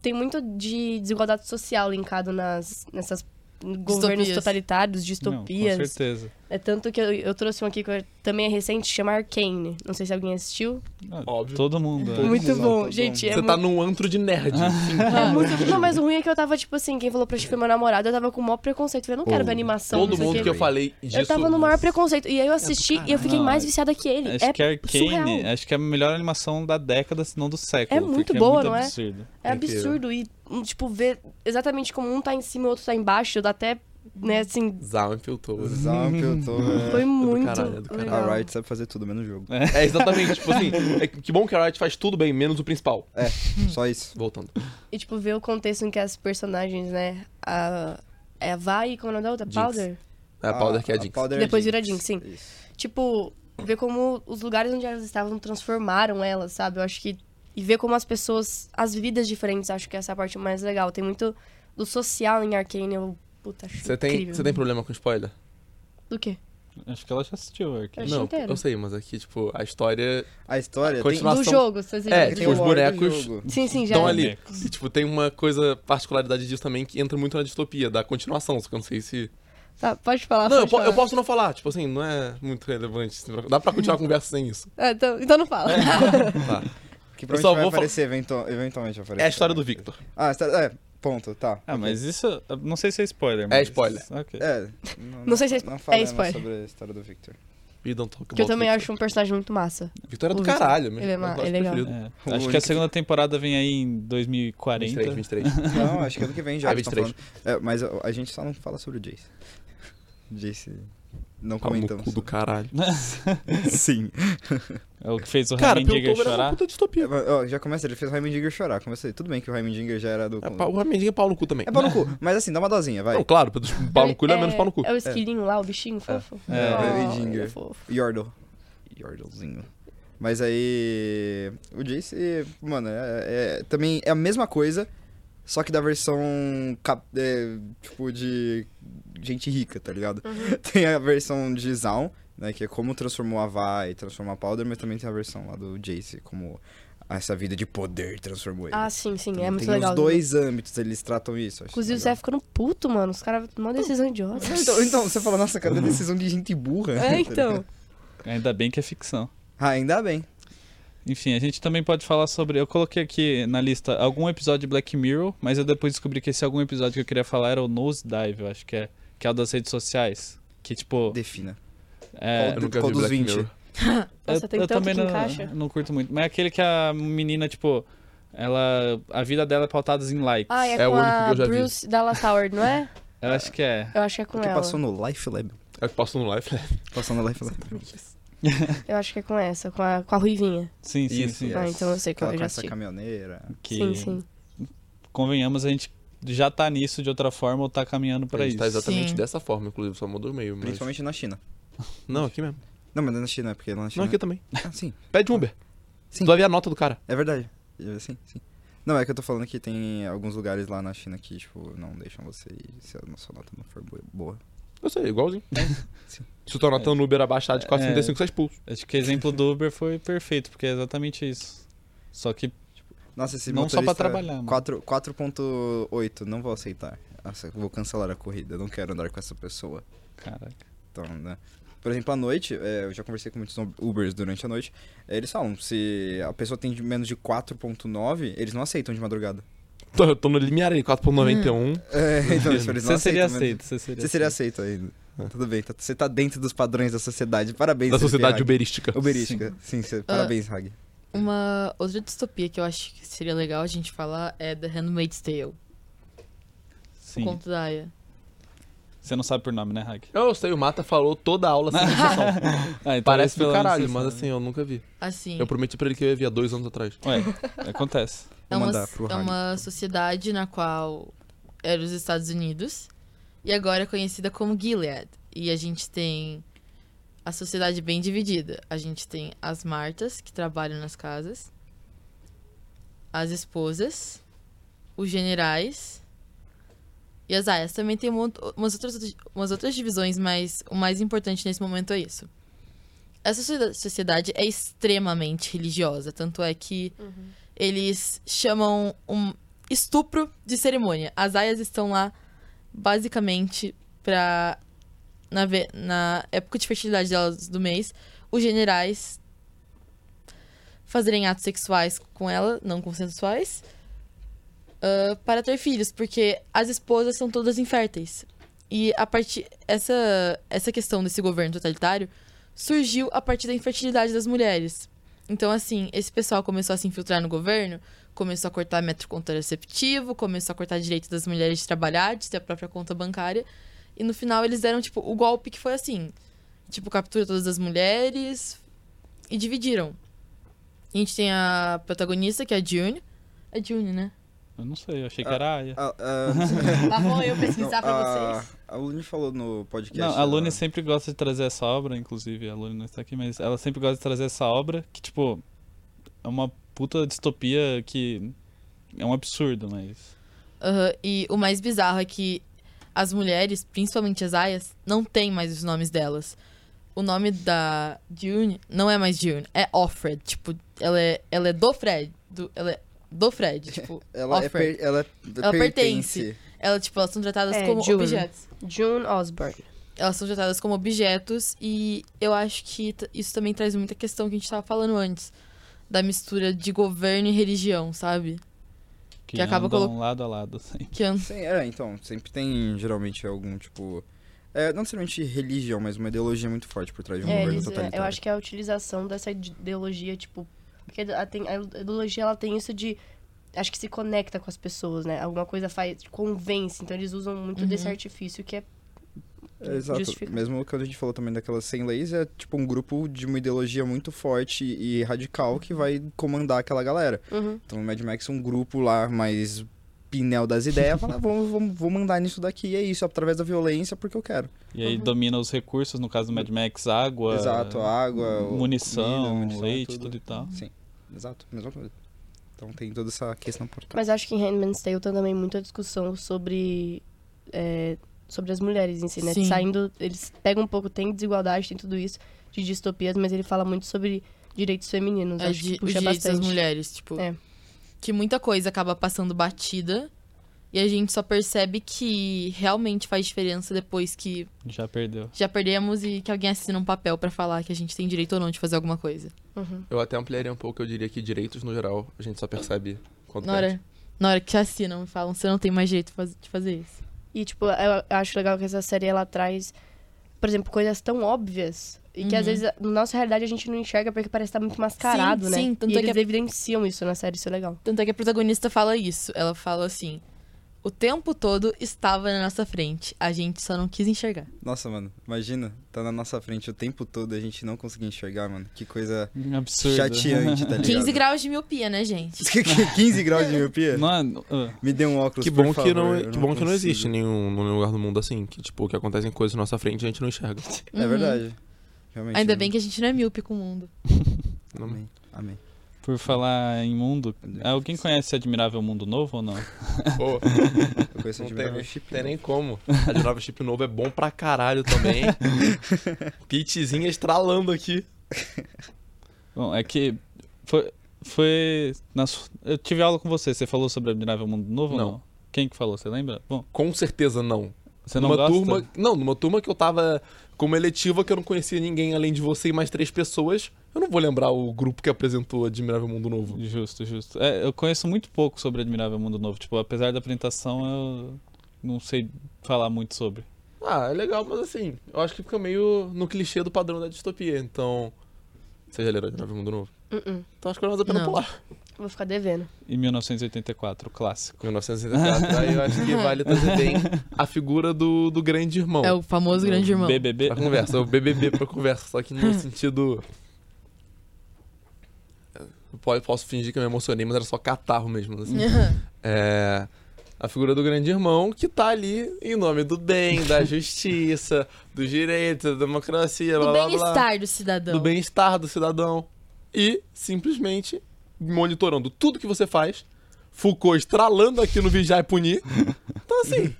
C: Tem muito de desigualdade social linkado nas, nessas governos
B: Distopias.
C: totalitários,
A: Não,
C: distopias.
A: com certeza.
C: é tanto que eu, eu trouxe um aqui que eu- também é recente, chama Arcane. Não sei se alguém assistiu.
A: Ah,
D: Óbvio.
A: Todo mundo. é.
C: muito
E: mundo
C: bom.
E: tá bom.
C: Gente, é
D: Você tá num antro de nerd.
C: É muito... Não, mas o ruim é que eu tava, tipo assim, quem falou pra gente foi meu namorado, eu tava com o maior preconceito. Eu não quero
E: Oh,
C: ver animação.
D: Todo
C: não sei o
D: mundo
C: quê.
D: que eu falei disso.
C: Eu tava no maior preconceito. E aí eu assisti e eu fiquei
A: Não,
C: mais
A: é-
C: viciada que ele.
A: Acho
C: é
A: que Arcane,
C: surreal.
A: acho que é a melhor animação da década, se não do século.
C: É muito
A: porque
C: boa,
A: é muito
C: não é?
A: absurdo.
C: É absurdo. E, hum, tipo, ver exatamente como um tá em cima e o outro tá embaixo, dá até, né, assim.
D: Zau infiltrou.
E: Zamp, eu tô... é.
C: *laughs* Foi muito.
D: caralho, é do caralho.
C: legal.
E: A Riot sabe fazer tudo, menos jogo.
D: É, exatamente. Tipo assim, é que que bom que a Riot faz tudo bem, menos o principal.
C: Hum.
E: Só isso.
D: Voltando.
C: E, tipo, ver o contexto em que as personagens, né. A... É a Vai, como é o nome da outra?
D: Jinx.
C: Powder?
D: É a
E: Ah,
D: Powder que é a Jinx.
E: Powder
C: Depois
E: Jinx.
C: vira Jinx, sim.
E: Isso.
C: Tipo, ver como os lugares onde elas estavam transformaram elas, sabe? Eu acho que. E ver como as pessoas. As vidas diferentes, acho que essa é a parte mais legal. Tem muito do social em Arcane. Eu, puta, acho
D: Você tem,
C: incrível.
D: você tem problema com spoiler?
C: Do quê?
A: Acho que ela já assistiu Arcane.
C: Eu achei
D: não,
C: inteiro.
D: eu sei, mas aqui, tipo, a história.
E: A história tem...
D: Continua-
C: Do
D: Situação-
C: jogo, você
D: É,
E: tem
D: tipo, os
E: o lore do
D: bonecos-
E: jogo.
C: Sim, sim, já.
D: Então
A: é.
D: ali. E, tipo, tem uma coisa, particularidade disso também, que entra muito na distopia, da continuação, só que eu não sei se.
C: Tá, pode falar.
D: Não, eu,
C: pode
D: po-
C: falar.
D: eu posso não falar, tipo assim, não é muito relevante. assim, Dá pra continuar a conversa
C: *laughs*
D: sem isso.
C: Ah, então, então não
D: *laughs*
C: fala.
D: Tá.
E: Que
D: Eu só vou
E: provavelmente vai
D: falar-
E: aparecer, eventu- eventualmente vai aparecer.
D: É a história do Victor.
E: Ah, a história... É, Ponto, tá.
A: Ah, mas isso. Não sei se é spoiler, mas.
D: É spoiler.
A: Ok.
E: É.
C: Não sei se é
E: Não falemos
C: spoiler.
E: sobre a história do
C: *laughs*
E: Victor.
D: E don't
C: Que
D: talk
C: eu
D: about
C: também
D: Victor.
C: acho um personagem muito massa.
D: Victor é do
C: o Victor.
D: caralho, meu.
C: Ele é ma- ele
D: personagem
C: é legal.
D: preferido.
C: *laughs*
A: É.
E: O
A: Acho que a
E: único
A: segunda temporada vem aí em 2040.
D: 23, 23.
E: Não, acho que ano que vem já.
D: Ah,
E: eles tão
D: 23.
E: falando. É, mas a, a gente só não fala sobre o Jace. Jace. Não
D: Pau no
E: comentamos.
D: cu do caralho.
E: sobre- *laughs* Sim.
A: É o que fez o
D: Cara,
A: Raymond Digger
D: Piltover é uma
A: chorar.
D: puta
E: É,
D: distopia.
E: mas, ó, já começa, ele fez o Heimendinger chorar. Comecei. Tudo bem que o Heimendinger já era do.
D: É, pau- O Ramendinho é pau no cu também.
E: É pau no cu, mas assim, dá uma dosinha, vai.
D: Não, claro, pau no cu ele é menos pau no cu.
C: É o esquilinho lá, o bichinho fofo.
A: É,
C: Oh,
E: Baby
C: ele
E: Ginger.
C: é fofo.
E: Yordle. Yordlezinho. Mas aí. O Jace, mano, é, é- também é a mesma coisa, só que da versão. cap- é, tipo, de. Gente rica, tá ligado?
C: Uhum.
E: *laughs* Tem a versão de Zaun, né? Que é como transformou a Vi e transformou a Powder, mas também tem a versão lá do Jace, como essa vida de poder transformou ele.
C: Ah, sim, sim.
E: Então,
C: é muito
E: tem
C: legal.
E: os dois âmbitos, eles tratam isso. acho
C: Inclusive, o
E: legal.
C: Zé ficando puto, mano. Os caras tomam decisão
E: *laughs*
C: idiota.
E: Então, então, você fala, nossa, cadê a decisão de gente burra?
C: É, então.
A: Ainda bem que é ficção.
E: *laughs* Ah, ainda bem.
A: Enfim, a gente também pode falar sobre. Eu coloquei aqui na lista algum episódio de Black Mirror, mas eu depois descobri que esse algum episódio que eu queria falar era o Nosedive, eu acho que é. Que é o das redes sociais. Que tipo.
E: Defina.
A: é-
E: Qual
D: Eu nunca
E: Qual
D: vi
E: dos
D: Black
E: 20?
D: Mirror.
C: Nossa, tem tanto que
A: não,
C: encaixa.
A: não curto muito. Mas é aquele que a menina, tipo, ela. A vida dela é pautada em likes.
C: Ah, é,
D: É o
C: com
D: único que
C: a
D: eu já vi.
C: Bruce Dallas Howard, não é?
A: Eu acho que é.
C: Eu acho que é com
E: Porque
C: ela.
E: passou no Life Lab.
D: É o que passou no live.
E: Passou no Life Lab.
C: Eu acho que é com essa, com a, com a Ruivinha.
A: Sim, sim,
D: Isso,
A: sim.
C: Ah, então eu sei
E: Aquela
C: qual eu
E: com
C: já
E: essa
C: assisti.
E: caminhoneira.
A: Que,
C: Sim, sim.
A: convenhamos, a gente já tá nisso de outra forma ou tá caminhando pra
D: a gente
A: isso.
D: tá exatamente
B: Sim.
D: dessa forma, inclusive, só mudou o meio. mas-
E: Principalmente na China.
D: Não, aqui mesmo.
E: Não, mas não é na China, porque lá na
D: Não,
E: China.
D: aqui também.
E: Ah, sim.
D: Pede um Uber.
E: Sim.
D: Tu vai ver a nota do cara.
E: É verdade. É, Sim, sim. Não, é que eu tô falando que tem alguns lugares lá na China que, tipo, não deixam você ir se a sua nota não for bo- boa.
D: Eu sei, igualzinho.
E: Sim.
D: Se tu tá anotando o Uber abaixar de 4,35, você é expulso.
A: Acho que o exemplo do Uber foi perfeito, porque é exatamente isso. Só que
E: Nossa, esse
A: Não só pra
E: motorista-
A: trabalhar, mano.
E: quatro- 4.8, não vou aceitar. Nossa, vou cancelar a corrida, eu não quero andar com essa pessoa.
A: Caraca.
E: Então, né? Por exemplo, à noite, é, eu já conversei com muitos Ubers durante a noite, é, eles falam, se a pessoa tem de menos de 4.9, eles não aceitam de madrugada.
D: Tô, eu tô no limiar aí, 4,91.
C: Hum.
E: É, então, *laughs* eles não
A: Você seria
E: aceitam, mas-
A: aceito, você seria
E: Você seria aceito ainda. Tudo bem, tá- você tá dentro dos padrões da sociedade. Parabéns,
D: Da
E: SP,
D: sociedade
E: Hag.
D: uberística.
E: uberística. Sim,
B: Ah.
E: você- parabéns, Hag.
B: Uma outra distopia que eu acho que seria legal a gente falar é The Handmaid's Tale.
A: Sim.
B: O conto da Aya.
A: Você não sabe por nome, né,
D: *laughs*
A: Hack?
D: Eu sei, o Mata falou toda a aula sem exceção.
A: Ah, então
D: Parece
A: esse pelo
D: É do
A: menos
D: caralho,
A: você
D: mas assim,
A: sabe.
D: eu nunca vi.
B: Assim,
D: Eu prometi pra ele que eu ia ver há dois anos atrás.
A: Ué, acontece.
B: é
E: Vou
B: uma,
E: mandar pro
B: é
E: Hag.
B: uma sociedade na qual era os Estados Unidos e agora é conhecida como Gilead. E a gente tem a sociedade bem dividida. A gente tem as Martas, que trabalham nas casas, as esposas, os generais e as aias. Também tem um monte- umas outras, umas outras divisões, mas o mais importante nesse momento é isso. Essa socie- sociedade é extremamente religiosa, tanto é que eles chamam um estupro de cerimônia. As aias estão lá basicamente pra. Na, ve- na época de fertilidade delas do mês, os generais fazerem atos sexuais com ela, não consensuais, ah, para ter filhos, porque as esposas são todas inférteis. E a partir essa essa questão desse governo totalitário surgiu a partir da infertilidade das mulheres. Então assim, esse pessoal começou a se infiltrar no governo, começou a cortar metro contraceptivo, começou a cortar direito das mulheres de trabalhar, de ter a própria conta bancária, e no final eles deram tipo o golpe que foi assim, tipo captura todas as mulheres e dividiram. A gente tem a protagonista que é a June. É June, né?
A: Eu não sei, eu achei que era Aya.
B: *laughs*
E: Ah, ah,
B: Tá bom eu pesquisar pra
E: a,
B: vocês.
E: a Lune falou no podcast.
A: Não, a Lune
E: ela-
A: sempre gosta de trazer essa obra, inclusive, a Lune não está aqui, mas ela sempre gosta de trazer essa obra que, tipo, é uma puta distopia que é um absurdo, mas.
B: Aham, E o mais bizarro é que as mulheres, principalmente as aias, não têm mais os nomes delas. O nome da June não é mais June, é Offred. Tipo, ela é, ela é do Fred. do- ela é do Fred. Tipo,
E: Ela, é
B: Offer.
E: per- ela,
B: Ela pertence. ela, tipo, elas são tratadas
C: É,
B: como
C: June.
B: objetos.
C: June Osborne.
B: elas são tratadas como objetos e eu acho que t- isso também traz muita questão que a gente tava falando antes da mistura de governo e religião, sabe?
A: Que,
B: Que acaba
A: andam
B: colo-
A: lado a lado, assim.
B: Que an-
E: Sim, é, então, sempre tem geralmente algum tipo. É, não necessariamente religião, mas uma ideologia muito forte por trás de um
C: É,
E: governo
C: eles, eu
E: totalitário.
C: acho que é a utilização dessa ideologia, tipo. Porque a, tem- a ideologia ela tem isso de. Acho que se conecta com as pessoas, né? Alguma coisa faz. convence. Então eles usam muito
B: Uhum.
C: desse artifício que é.
E: É, exato.
C: justifica.
E: Mesmo que a gente falou também daquelas 100 leis, é tipo um grupo de uma ideologia muito forte e radical que vai comandar aquela galera.
C: Uhum.
E: Então o Mad Max é um grupo lá mais pinel das ideias, fala, "Ah, vamos, vamos, vou mandar nisso daqui, é isso, através da violência, porque eu quero.
A: E aí domina os recursos, no caso do Mad Max, água.
E: Uhum. Exato, água, o-
A: munição,
E: comida, munição,
A: leite, tudo e tal.
E: Sim, exato, mesma coisa. Então tem toda essa questão por trás.
C: Mas acho que em Handmaid's Tale tem também muita discussão sobre. é, sobre as mulheres em si, né?
B: Sim.
C: Saindo. Eles pegam um pouco, tem desigualdade, tem tudo isso, de distopias, mas ele fala muito sobre direitos femininos.
B: é,
C: acho
B: de,
C: que
B: os
C: puxa
B: direitos
C: bastante.
B: das mulheres, tipo.
C: É.
B: Que muita coisa acaba passando batida. E a gente só percebe que realmente faz diferença depois que
A: Já perdeu.
B: já perdemos e que alguém assina um papel pra falar que a gente tem direito ou não de fazer alguma coisa.
C: Uhum.
D: Eu até ampliaria um pouco, eu diria que direitos, no geral, a gente só percebe quando
B: Na
D: perde.
B: hora, na hora que assinam e falam, você não tem mais direito faz- de fazer isso.
C: E, tipo, eu acho legal que essa série ela traz, por exemplo, coisas tão óbvias. E que às
B: Uhum.
C: vezes, na nossa realidade, a gente não enxerga porque parece estar muito mascarado,
B: Sim,
C: né?
B: sim, tanto
C: e
B: é
C: eles
B: que-
C: evidenciam isso na série, isso é legal.
B: Tanto é que a protagonista fala isso. Ela fala assim: o tempo todo estava na nossa frente, a gente só não quis enxergar.
E: Nossa, mano, imagina, tá na nossa frente o tempo todo e a gente não conseguir enxergar, mano. Que coisa
A: Absurdo.
E: chateante,
D: *laughs*
E: tá ligado?
B: 15
E: *laughs*
B: graus de miopia, né, gente?
E: 15 graus de miopia?
A: *laughs* Mano, ah,
E: Me dê um óculos,
D: Que
E: por
D: bom que
E: favor,
D: não,
E: eu
D: que bom que não
E: consigo.
D: existe né? nenhum, nenhum lugar do mundo assim, que tipo, que acontecem coisas na nossa frente e a gente não enxerga.
E: É verdade. Realmente,
B: Uhum. Ainda
E: não-
B: bem que a gente não é míope com o mundo.
D: Não-
E: Amém. Amém.
A: por falar em mundo, alguém conhece Admirável Mundo Novo ou não?
D: *laughs* Pô, é
E: Eu conheço
D: não
E: de
D: tem,
E: verdade.
D: nem- tem nem como. A de nova chip novo é bom pra caralho *laughs* também. Pitzinha estralando aqui.
A: Bom, é que foi. foi na su- Eu tive aula com você, você falou sobre Admirável Mundo Novo
D: Não.
A: ou não? Quem que falou? Você lembra? Bom,
D: Com certeza não.
A: você não
D: Uma
A: gosta?
D: turma, não, numa turma que eu tava com uma eletiva que eu não conhecia ninguém além de você e mais três pessoas. Eu não vou lembrar o grupo que apresentou Admirável Mundo Novo.
A: Justo, justo. É, eu conheço muito pouco sobre Admirável Mundo Novo. Tipo, apesar da apresentação, eu não sei falar muito sobre.
D: Ah, é legal, mas assim, eu acho que fica meio no clichê do padrão da distopia, então. Vocês já leram Admirável Mundo Novo?
C: Uh-uh.
D: Então acho que não vale a pena
B: Não.
D: *laughs* pular.
C: Vou ficar devendo.
A: Em 1984, o clássico.
D: 1964, aí eu acho que vale trazer bem a figura do, do grande irmão.
B: É o famoso grande irmão.
A: BBB.
D: Pra conversa, é o BBB pra conversa, só que
B: *laughs*
D: no sentido. Eu po- posso fingir que eu me emocionei, mas era só catarro mesmo. assim. É. A figura do grande irmão que tá ali em nome do
B: *laughs*
D: bem, da justiça, dos direitos, da democracia, blá
B: Do
D: blá blá.
B: bem-estar do cidadão.
D: Do bem-estar do cidadão. E simplesmente monitorando tudo que você faz. Foucault estralando aqui no Vigiar e Punir. Então, assim,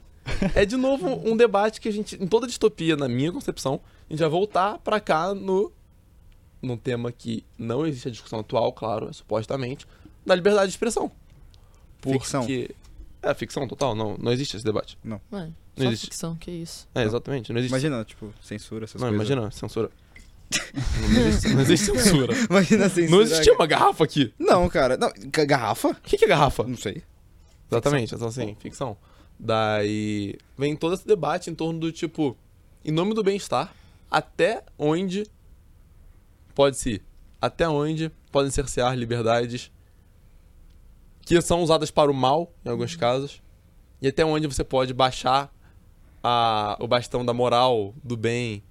D: é de novo um debate que a gente, em toda distopia, na minha concepção, a gente vai voltar pra cá no num tema que não existe a discussão atual, claro, é supostamente, da liberdade de expressão. Porque
E: Ficção.
D: é ficção total, não, não existe esse debate.
B: Mano,
D: Não
B: só
D: existe.
B: ficção, que isso.
D: É, exatamente, não existe.
E: Imagina, tipo, censura, essas
D: não,
E: coisas.
D: imagina, censura. não, existe, não existe censura.
E: *laughs* Imagina a censura.
D: Não existia uma garrafa aqui.
E: Não, cara. Não, ga- garrafa?
D: O que que é garrafa?
E: Não sei.
D: Exatamente, então assim, ficção. Daí vem todo esse debate em torno do tipo, em nome do bem-estar, até onde pode se ir? Até onde podem cercear liberdades que são usadas para o mal, em alguns casos, e até onde você pode baixar a, o bastão da moral, do bem,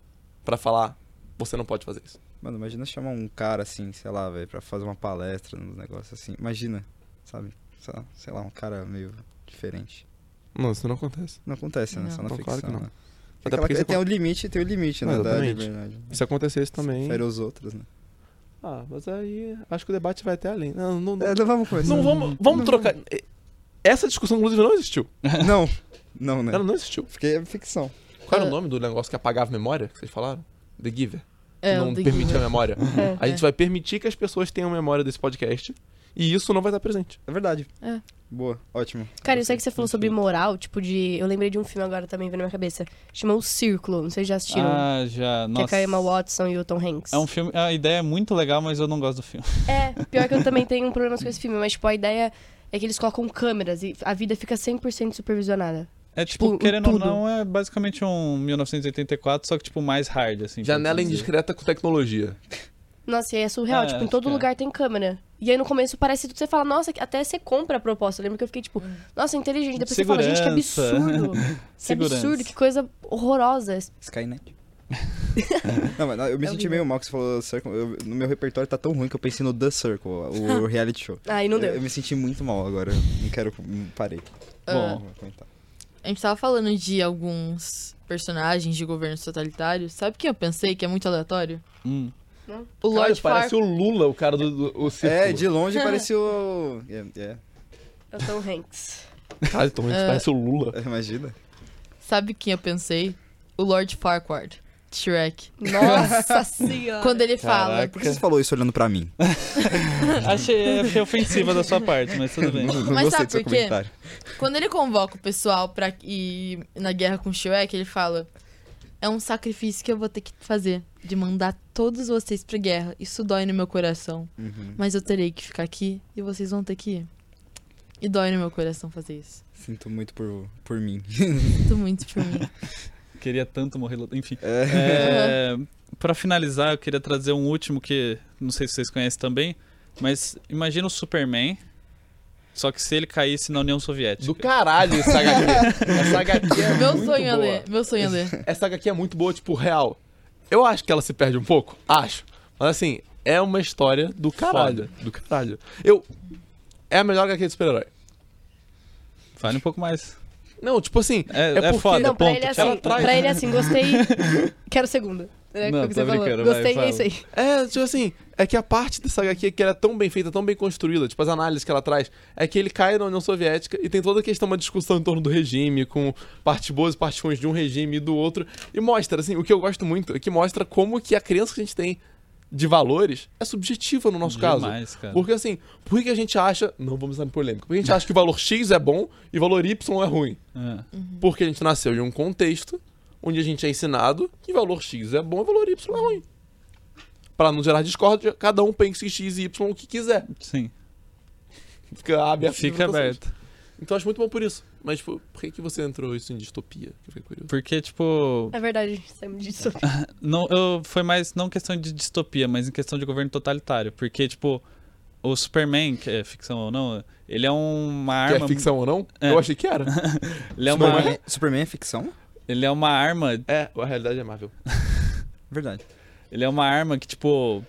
D: pra falar, você não pode fazer isso.
E: Mano, imagina chamar um cara assim, sei lá, velho, pra fazer uma palestra, uns negócios assim. Imagina, sabe? Sei lá- Sei lá, um cara meio diferente.
D: Não, isso não acontece.
E: Não acontece, né?
B: Não.
E: Só na
D: Não,
E: ficção,
D: Então, claro que não.
E: né?
D: Até
E: Aquela
D: porque
E: coisa-
D: você
E: tem um limite, tem um limite,
D: Não,
E: né? Da
D: exatamente.
E: liberdade.
D: Se acontecesse também.
E: Fere os outros, né?
D: Ah, mas aí acho que o debate vai até além. Não, não,
E: É, não vamos começar.
D: Não vamos, vamos trocar. Essa discussão, inclusive, não existiu.
E: *laughs* Não, não, né?
D: Ela não existiu.
E: Porque é ficção.
D: Qual era
B: Ah.
D: o nome do negócio que apagava a memória que vocês falaram? The Giver. Que
B: É,
D: não
B: o The
D: permitia
B: Giver. *laughs*
D: a memória.
C: É.
D: A gente vai permitir que as pessoas tenham memória desse podcast. E isso não vai estar presente.
E: É verdade.
B: É.
E: Boa, ótimo.
C: Cara, eu sei que você falou sobre moral, tipo de. Eu lembrei de um filme agora também, veio na minha cabeça. Chama O Círculo, não sei se já assistiram.
A: Ah, já.
C: que é com
A: Nossa.
C: a Emma Watson e o Tom Hanks. *laughs*
A: É um filme. A ideia é muito legal, mas eu não gosto do filme.
C: um É, pior que eu também tenho problemas com esse filme, mas tipo, a ideia é é que eles colocam câmeras e a vida fica 100% supervisionada.
A: É tipo,
C: Tipo,
A: querendo
C: tudo.
A: ou não, é basicamente um 1984, só que tipo mais hard, assim.
D: Janela
A: pode dizer.
D: indiscreta com tecnologia.
C: Nossa, e é surreal,
A: Ah,
C: tipo, em
A: acho
C: todo
A: que é.
C: lugar tem câmera. E aí no começo parece tudo, você fala, nossa, que- até você compra a proposta. Eu lembro que eu fiquei tipo, nossa, inteligente. Depois você fala, gente, que
A: Hum. Segurança. *laughs*
C: absurdo. que
A: Segurança.
C: é absurdo, que coisa horrorosa.
D: *laughs*
E: Skynet. não, mas eu me
C: É
E: senti
C: horrível.
E: meio mal que você falou Circle. Eu- no meu repertório tá tão ruim que eu pensei no The Circle, o reality show.
C: Aí não
E: Eu,
A: É,
E: eu
C: deu.
E: me senti muito mal agora. Não quero. Parei.
A: Bom.
E: Vou comentar.
B: A gente tava falando de alguns personagens de governos totalitários. Sabe quem eu pensei que é muito aleatório?
A: Hum.
B: O
D: Cara,
B: Lord
D: parece
B: Farquaad.
D: o Lula, o cara do, do o circo.
E: É, de longe parecia o. É, é.
C: Eu tô um Hanks.
D: Cara, então,
B: É.
D: parece o Lula.
E: Imagina.
B: Sabe quem eu pensei? O Lord Farquaad. Shrek.
A: *laughs*
C: Nossa senhora.
B: Quando ele
D: É
B: fala.
E: Por que você falou isso olhando pra mim?
A: Achei, achei ofensiva da sua parte, mas tudo
D: *laughs*
A: bem.
E: Não
B: Mas
E: gostei
B: sabe
E: do seu
B: por quê?
E: comentário.
B: Quando ele convoca o pessoal pra ir na guerra com o Shrek, ele fala: É um sacrifício que eu vou ter que fazer, de mandar todos vocês pra guerra. Isso dói no meu coração.
E: Uhum.
B: Mas eu terei que ficar aqui e vocês vão ter que ir. E dói no meu coração fazer isso.
E: Sinto muito por, por
A: *laughs*
E: mim.
B: Sinto muito por
E: *laughs*
B: mim.
A: Queria tanto morrer. lá- Enfim.
E: É.
A: É, pra finalizar, eu queria trazer um último que não sei se vocês conhecem também, mas imagina o Superman, só que se ele caísse na União Soviética.
D: Do caralho
B: *laughs*
D: essa HQ. essa HQ é
B: Meu
D: muito
B: sonho é
D: boa.
B: ler. Meu sonho é ler.
D: Essa HQ é muito boa, tipo, real. Eu acho que ela se perde um pouco, acho. Mas assim, é uma história do caralho. Do caralho. Eu. É a melhor HQ de super-herói.
A: Fale um pouco mais.
D: Não, tipo assim.
A: É,
D: É
A: é
D: porque-
A: foda,
C: Não, pra
A: ponto.
C: ele é
A: Tchau.
C: assim,
D: traz.
C: pra ele é
A: *laughs*
C: assim, gostei, quero segunda. É
A: Não,
C: o que você
A: tô
C: falou.
A: brincando, vai,
C: Gostei, é isso
A: fala.
C: aí.
D: É, tipo assim, é que a parte dessa HQ é que ela é tão bem feita, tão bem construída, tipo as análises que ela traz, é que ele cai na União Soviética e tem toda a questão, uma discussão em torno do regime, com partes boas e partes ruins de um regime e do outro, e mostra, assim, o que eu gosto muito é que mostra como que a crença que a gente tem de valores é subjetiva no nosso
C: é
D: caso.
A: Demais, cara.
D: Porque assim, por que a gente acha. Não vamos entrar em polêmica. Por que a gente acha que o valor X é bom e o valor Y é ruim?
A: É.
D: Porque a gente nasceu em um contexto onde a gente é ensinado que valor X é bom e valor Y é ruim. Pra não gerar discórdia, cada um pensa em X e Y o que quiser.
A: Sim.
D: Fica aberto. às
A: Fica
D: interpretações.
A: aberto.
D: Então acho muito bom por isso. Mas, tipo, por que, que você entrou isso em distopia? Eu fiquei curioso.
A: Porque, tipo,
C: É verdade,
A: *laughs*
C: saímos disso.
A: não, eu, foi mais não questão de distopia, mas em questão de governo totalitário. Porque, tipo, o Superman, que é ficção ou não, ele é uma
D: Que
A: arma.
D: é ficção ou não?
A: É.
D: Eu achei que era.
A: Ele é uma,
E: Superman, é- Superman é ficção?
A: ele é uma arma
D: *laughs* é, a realidade é Marvel.
E: Verdade.
A: Ele é uma arma que, tipo.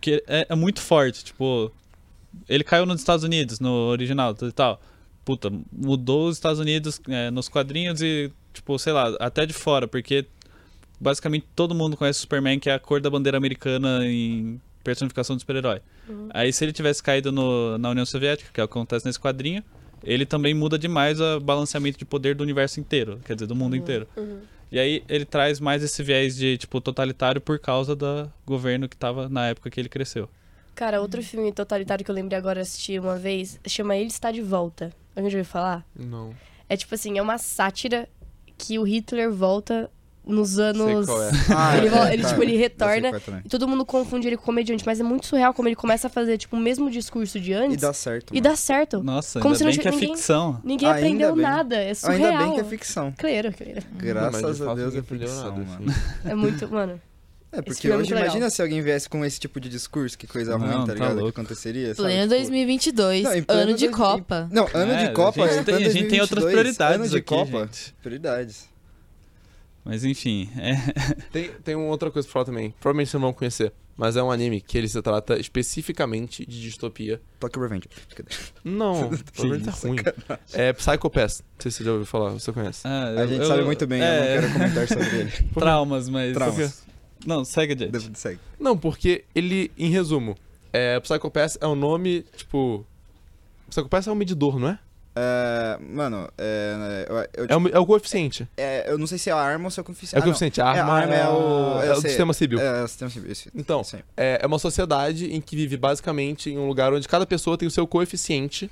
A: Que é, é muito forte, tipo. Ele caiu nos Estados Unidos, no original tudo e tal. Puta, mudou os Estados Unidos é, nos quadrinhos e, tipo, sei lá, até de fora, porque basicamente todo mundo conhece o Superman, que é a cor da bandeira americana em personificação do super-herói. Aí se ele tivesse caído no- na União Soviética, que é o que acontece nesse quadrinho, ele também muda demais o balanceamento de poder do universo inteiro, quer dizer, do mundo inteiro. E aí ele traz mais esse viés de, tipo, totalitário por causa do governo que tava na época que ele cresceu.
C: Cara, outro filme totalitário que eu lembrei agora assistir uma vez, chama Ele Está de Volta. Alguém já ouviu falar?
D: Não.
C: É tipo assim, é uma sátira que o Hitler volta nos anos...
D: Sei qual é.
E: *laughs*
C: Ele
E: é,
C: vol- ele,
E: tá.
C: tipo, ele
E: Eu sei
C: retorna
E: qual é também.
C: E todo mundo confunde ele com comediante, mas é muito surreal como ele começa a fazer, tipo, o mesmo discurso de
E: E
C: antes
E: dá certo.
C: e
E: mano.
C: dá certo.
A: Nossa,
C: Como
A: ainda
C: se não
A: bem que é
C: tivesse ninguém-
A: ficção.
C: Ninguém
E: Ainda
C: aprendeu
E: bem.
C: nada, é surreal. Hum.
E: Ainda bem que é ficção.
C: Creram, creram.
E: Graças
D: Mas, de
E: a
D: fato,
E: Deus é
D: ninguém aprendeu
E: ficção,
D: nada,
E: mano.
D: assim.
C: É muito,
E: *laughs*
C: mano.
E: É,
C: Esse
E: porque
C: filme é
E: hoje
C: muito
E: imagina
C: legal.
E: se alguém viesse com esse tipo de discurso, que coisa
A: Não,
E: ruim,
A: tá
E: tá ligado?
A: louco.
E: que aconteceria, sabe?
B: Pleno
E: Tipo,
B: 2022,
E: não, em pleno
B: ano de
E: 2000.
B: Copa.
E: Não, ano
A: É,
E: de Copa,
A: a gente, tem, a gente tem outras prioridades
E: Ano de
A: aqui,
E: Copa,
A: gente.
E: prioridades.
A: Mas enfim, é,
D: Tem, tem uma outra coisa pra falar também. Provavelmente vocês não vão conhecer. Mas é um anime que ele se trata especificamente de distopia.
E: Tokyo Revenge.
D: *laughs* Não, provavelmente é ruim. É Psycho Pass. Não sei se você já ouviu falar, você conhece.
A: ah,
E: *laughs* A
A: eu-
E: gente
A: eu-
E: sabe muito bem,
A: é,
E: eu não quero comentar sobre ele.
A: *laughs*
E: *laughs*
A: traumas, mas...
E: Traumas.
A: Não, segue adiante.
E: Devo- Segue.
D: Não, porque ele, em resumo, é, Psycho Pass é um nome, tipo. Psycho Pass é um medidor, não é?
E: É, mano, é, eu, eu-
D: É, um- é o coeficiente.
E: é, eu não sei se é a arma ou se é o confici-
D: É o
E: Ah, não.
D: coeficiente. A arma,
E: arma é o-
D: é
E: eu
D: o
E: sei.
D: sistema civil.
E: É, o sistema civil, isso.
D: Então,
E: Sim.
D: é, é uma sociedade em que vive basicamente em um lugar onde cada pessoa tem o seu coeficiente.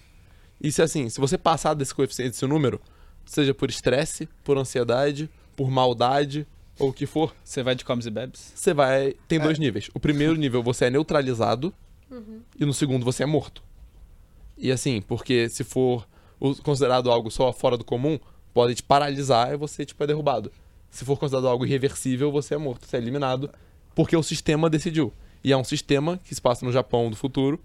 D: E se assim, se você passar desse coeficiente, desse número, seja por estresse, por ansiedade, por maldade ou o que for,
A: Você vai de comes e bebes?
D: você vai. Tem dois níveis. O primeiro nível você é neutralizado, e no segundo você é morto. E assim, porque se for o- considerado algo só fora do comum, pode te paralisar e você tipo, é derrubado. Se for considerado algo irreversível, você é morto, você é eliminado, porque o sistema decidiu. E é um sistema que se passa no Japão do futuro,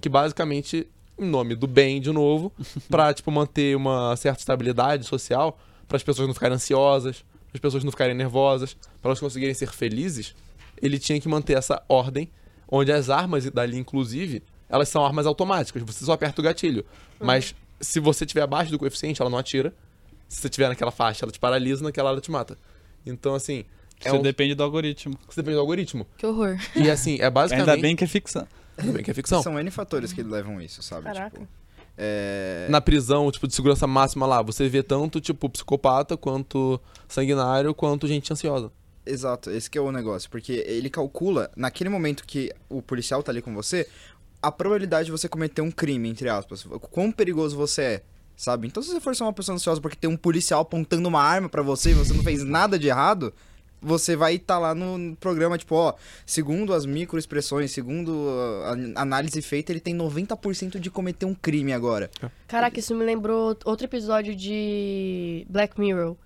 D: que basicamente, em nome do bem de novo, pra tipo, manter uma certa estabilidade social, para as pessoas não ficarem ansiosas, para as pessoas não ficarem nervosas, para elas conseguirem ser felizes, ele tinha que manter essa ordem, onde as armas dali, inclusive, elas são armas automáticas, você só aperta o gatilho. Mas se você estiver abaixo do coeficiente, ela não atira. Se você estiver naquela faixa, ela te paralisa, naquela ela te mata. Então, assim, é
A: Isso
D: um-
A: depende do algoritmo.
D: você depende do algoritmo.
B: Que horror.
D: E assim, é basicamente.
A: Ainda bem que é ficção.
D: Ainda bem que é ficção.
E: São N fatores que levam isso, sabe?
C: Caraca.
E: Tipo, é...
D: Na prisão, tipo, de segurança máxima lá, você vê tanto, tipo, psicopata, quanto sanguinário, quanto gente ansiosa.
E: Exato, esse que é o negócio, porque ele calcula, naquele momento que o policial tá ali com você, a probabilidade de você cometer um crime, entre aspas, o quão perigoso você é, sabe? Então se você for ser uma pessoa ansiosa porque tem um policial apontando uma arma pra você e você não fez nada de errado, você vai estar lá no no programa, tipo, ó, segundo as microexpressões, segundo uh, a análise feita, ele tem 90% de cometer um crime agora.
C: Caraca, isso me lembrou outro episódio de Black Mirror.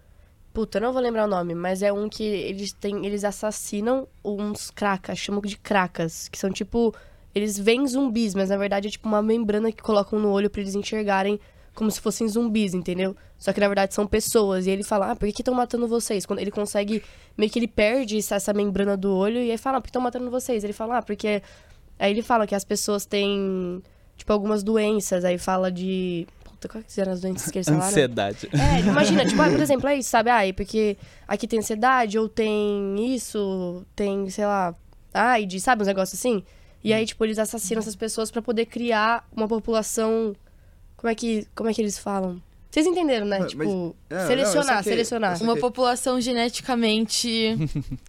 C: Puta, eu não vou lembrar o nome, mas é um que eles têm, eles assassinam uns cracas, chamam de cracas, que são tipo, eles veem zumbis, mas na verdade é tipo uma membrana que colocam no olho pra eles enxergarem como se fossem zumbis, entendeu? Só que na verdade são pessoas e ele fala: "Ah, por que que estão matando vocês?" Quando ele consegue meio que ele perde essa essa membrana do olho e aí fala: "Ah, "Por que estão matando vocês?" Ele fala: "Ah, porque aí ele fala que as pessoas têm tipo algumas doenças, aí fala de Puta, quais que eram as doenças que eles falaram?
A: Ansiedade.
C: É, imagina, tipo, ah, por exemplo, é isso, sabe? Ai, porque aqui tem ansiedade, ou tem isso, tem, sei lá, AIDS, sabe? Uns negócios assim. E aí, tipo, eles assassinam essas pessoas pra poder criar uma população. Como é que, como é que eles falam? Vocês entenderam, né?
E: Ah, mas-
C: tipo,
E: Ah, não, eu
C: selecionar,
E: saquei.
C: selecionar.
E: Eu
B: Uma
E: saquei.
B: população geneticamente.
E: *laughs*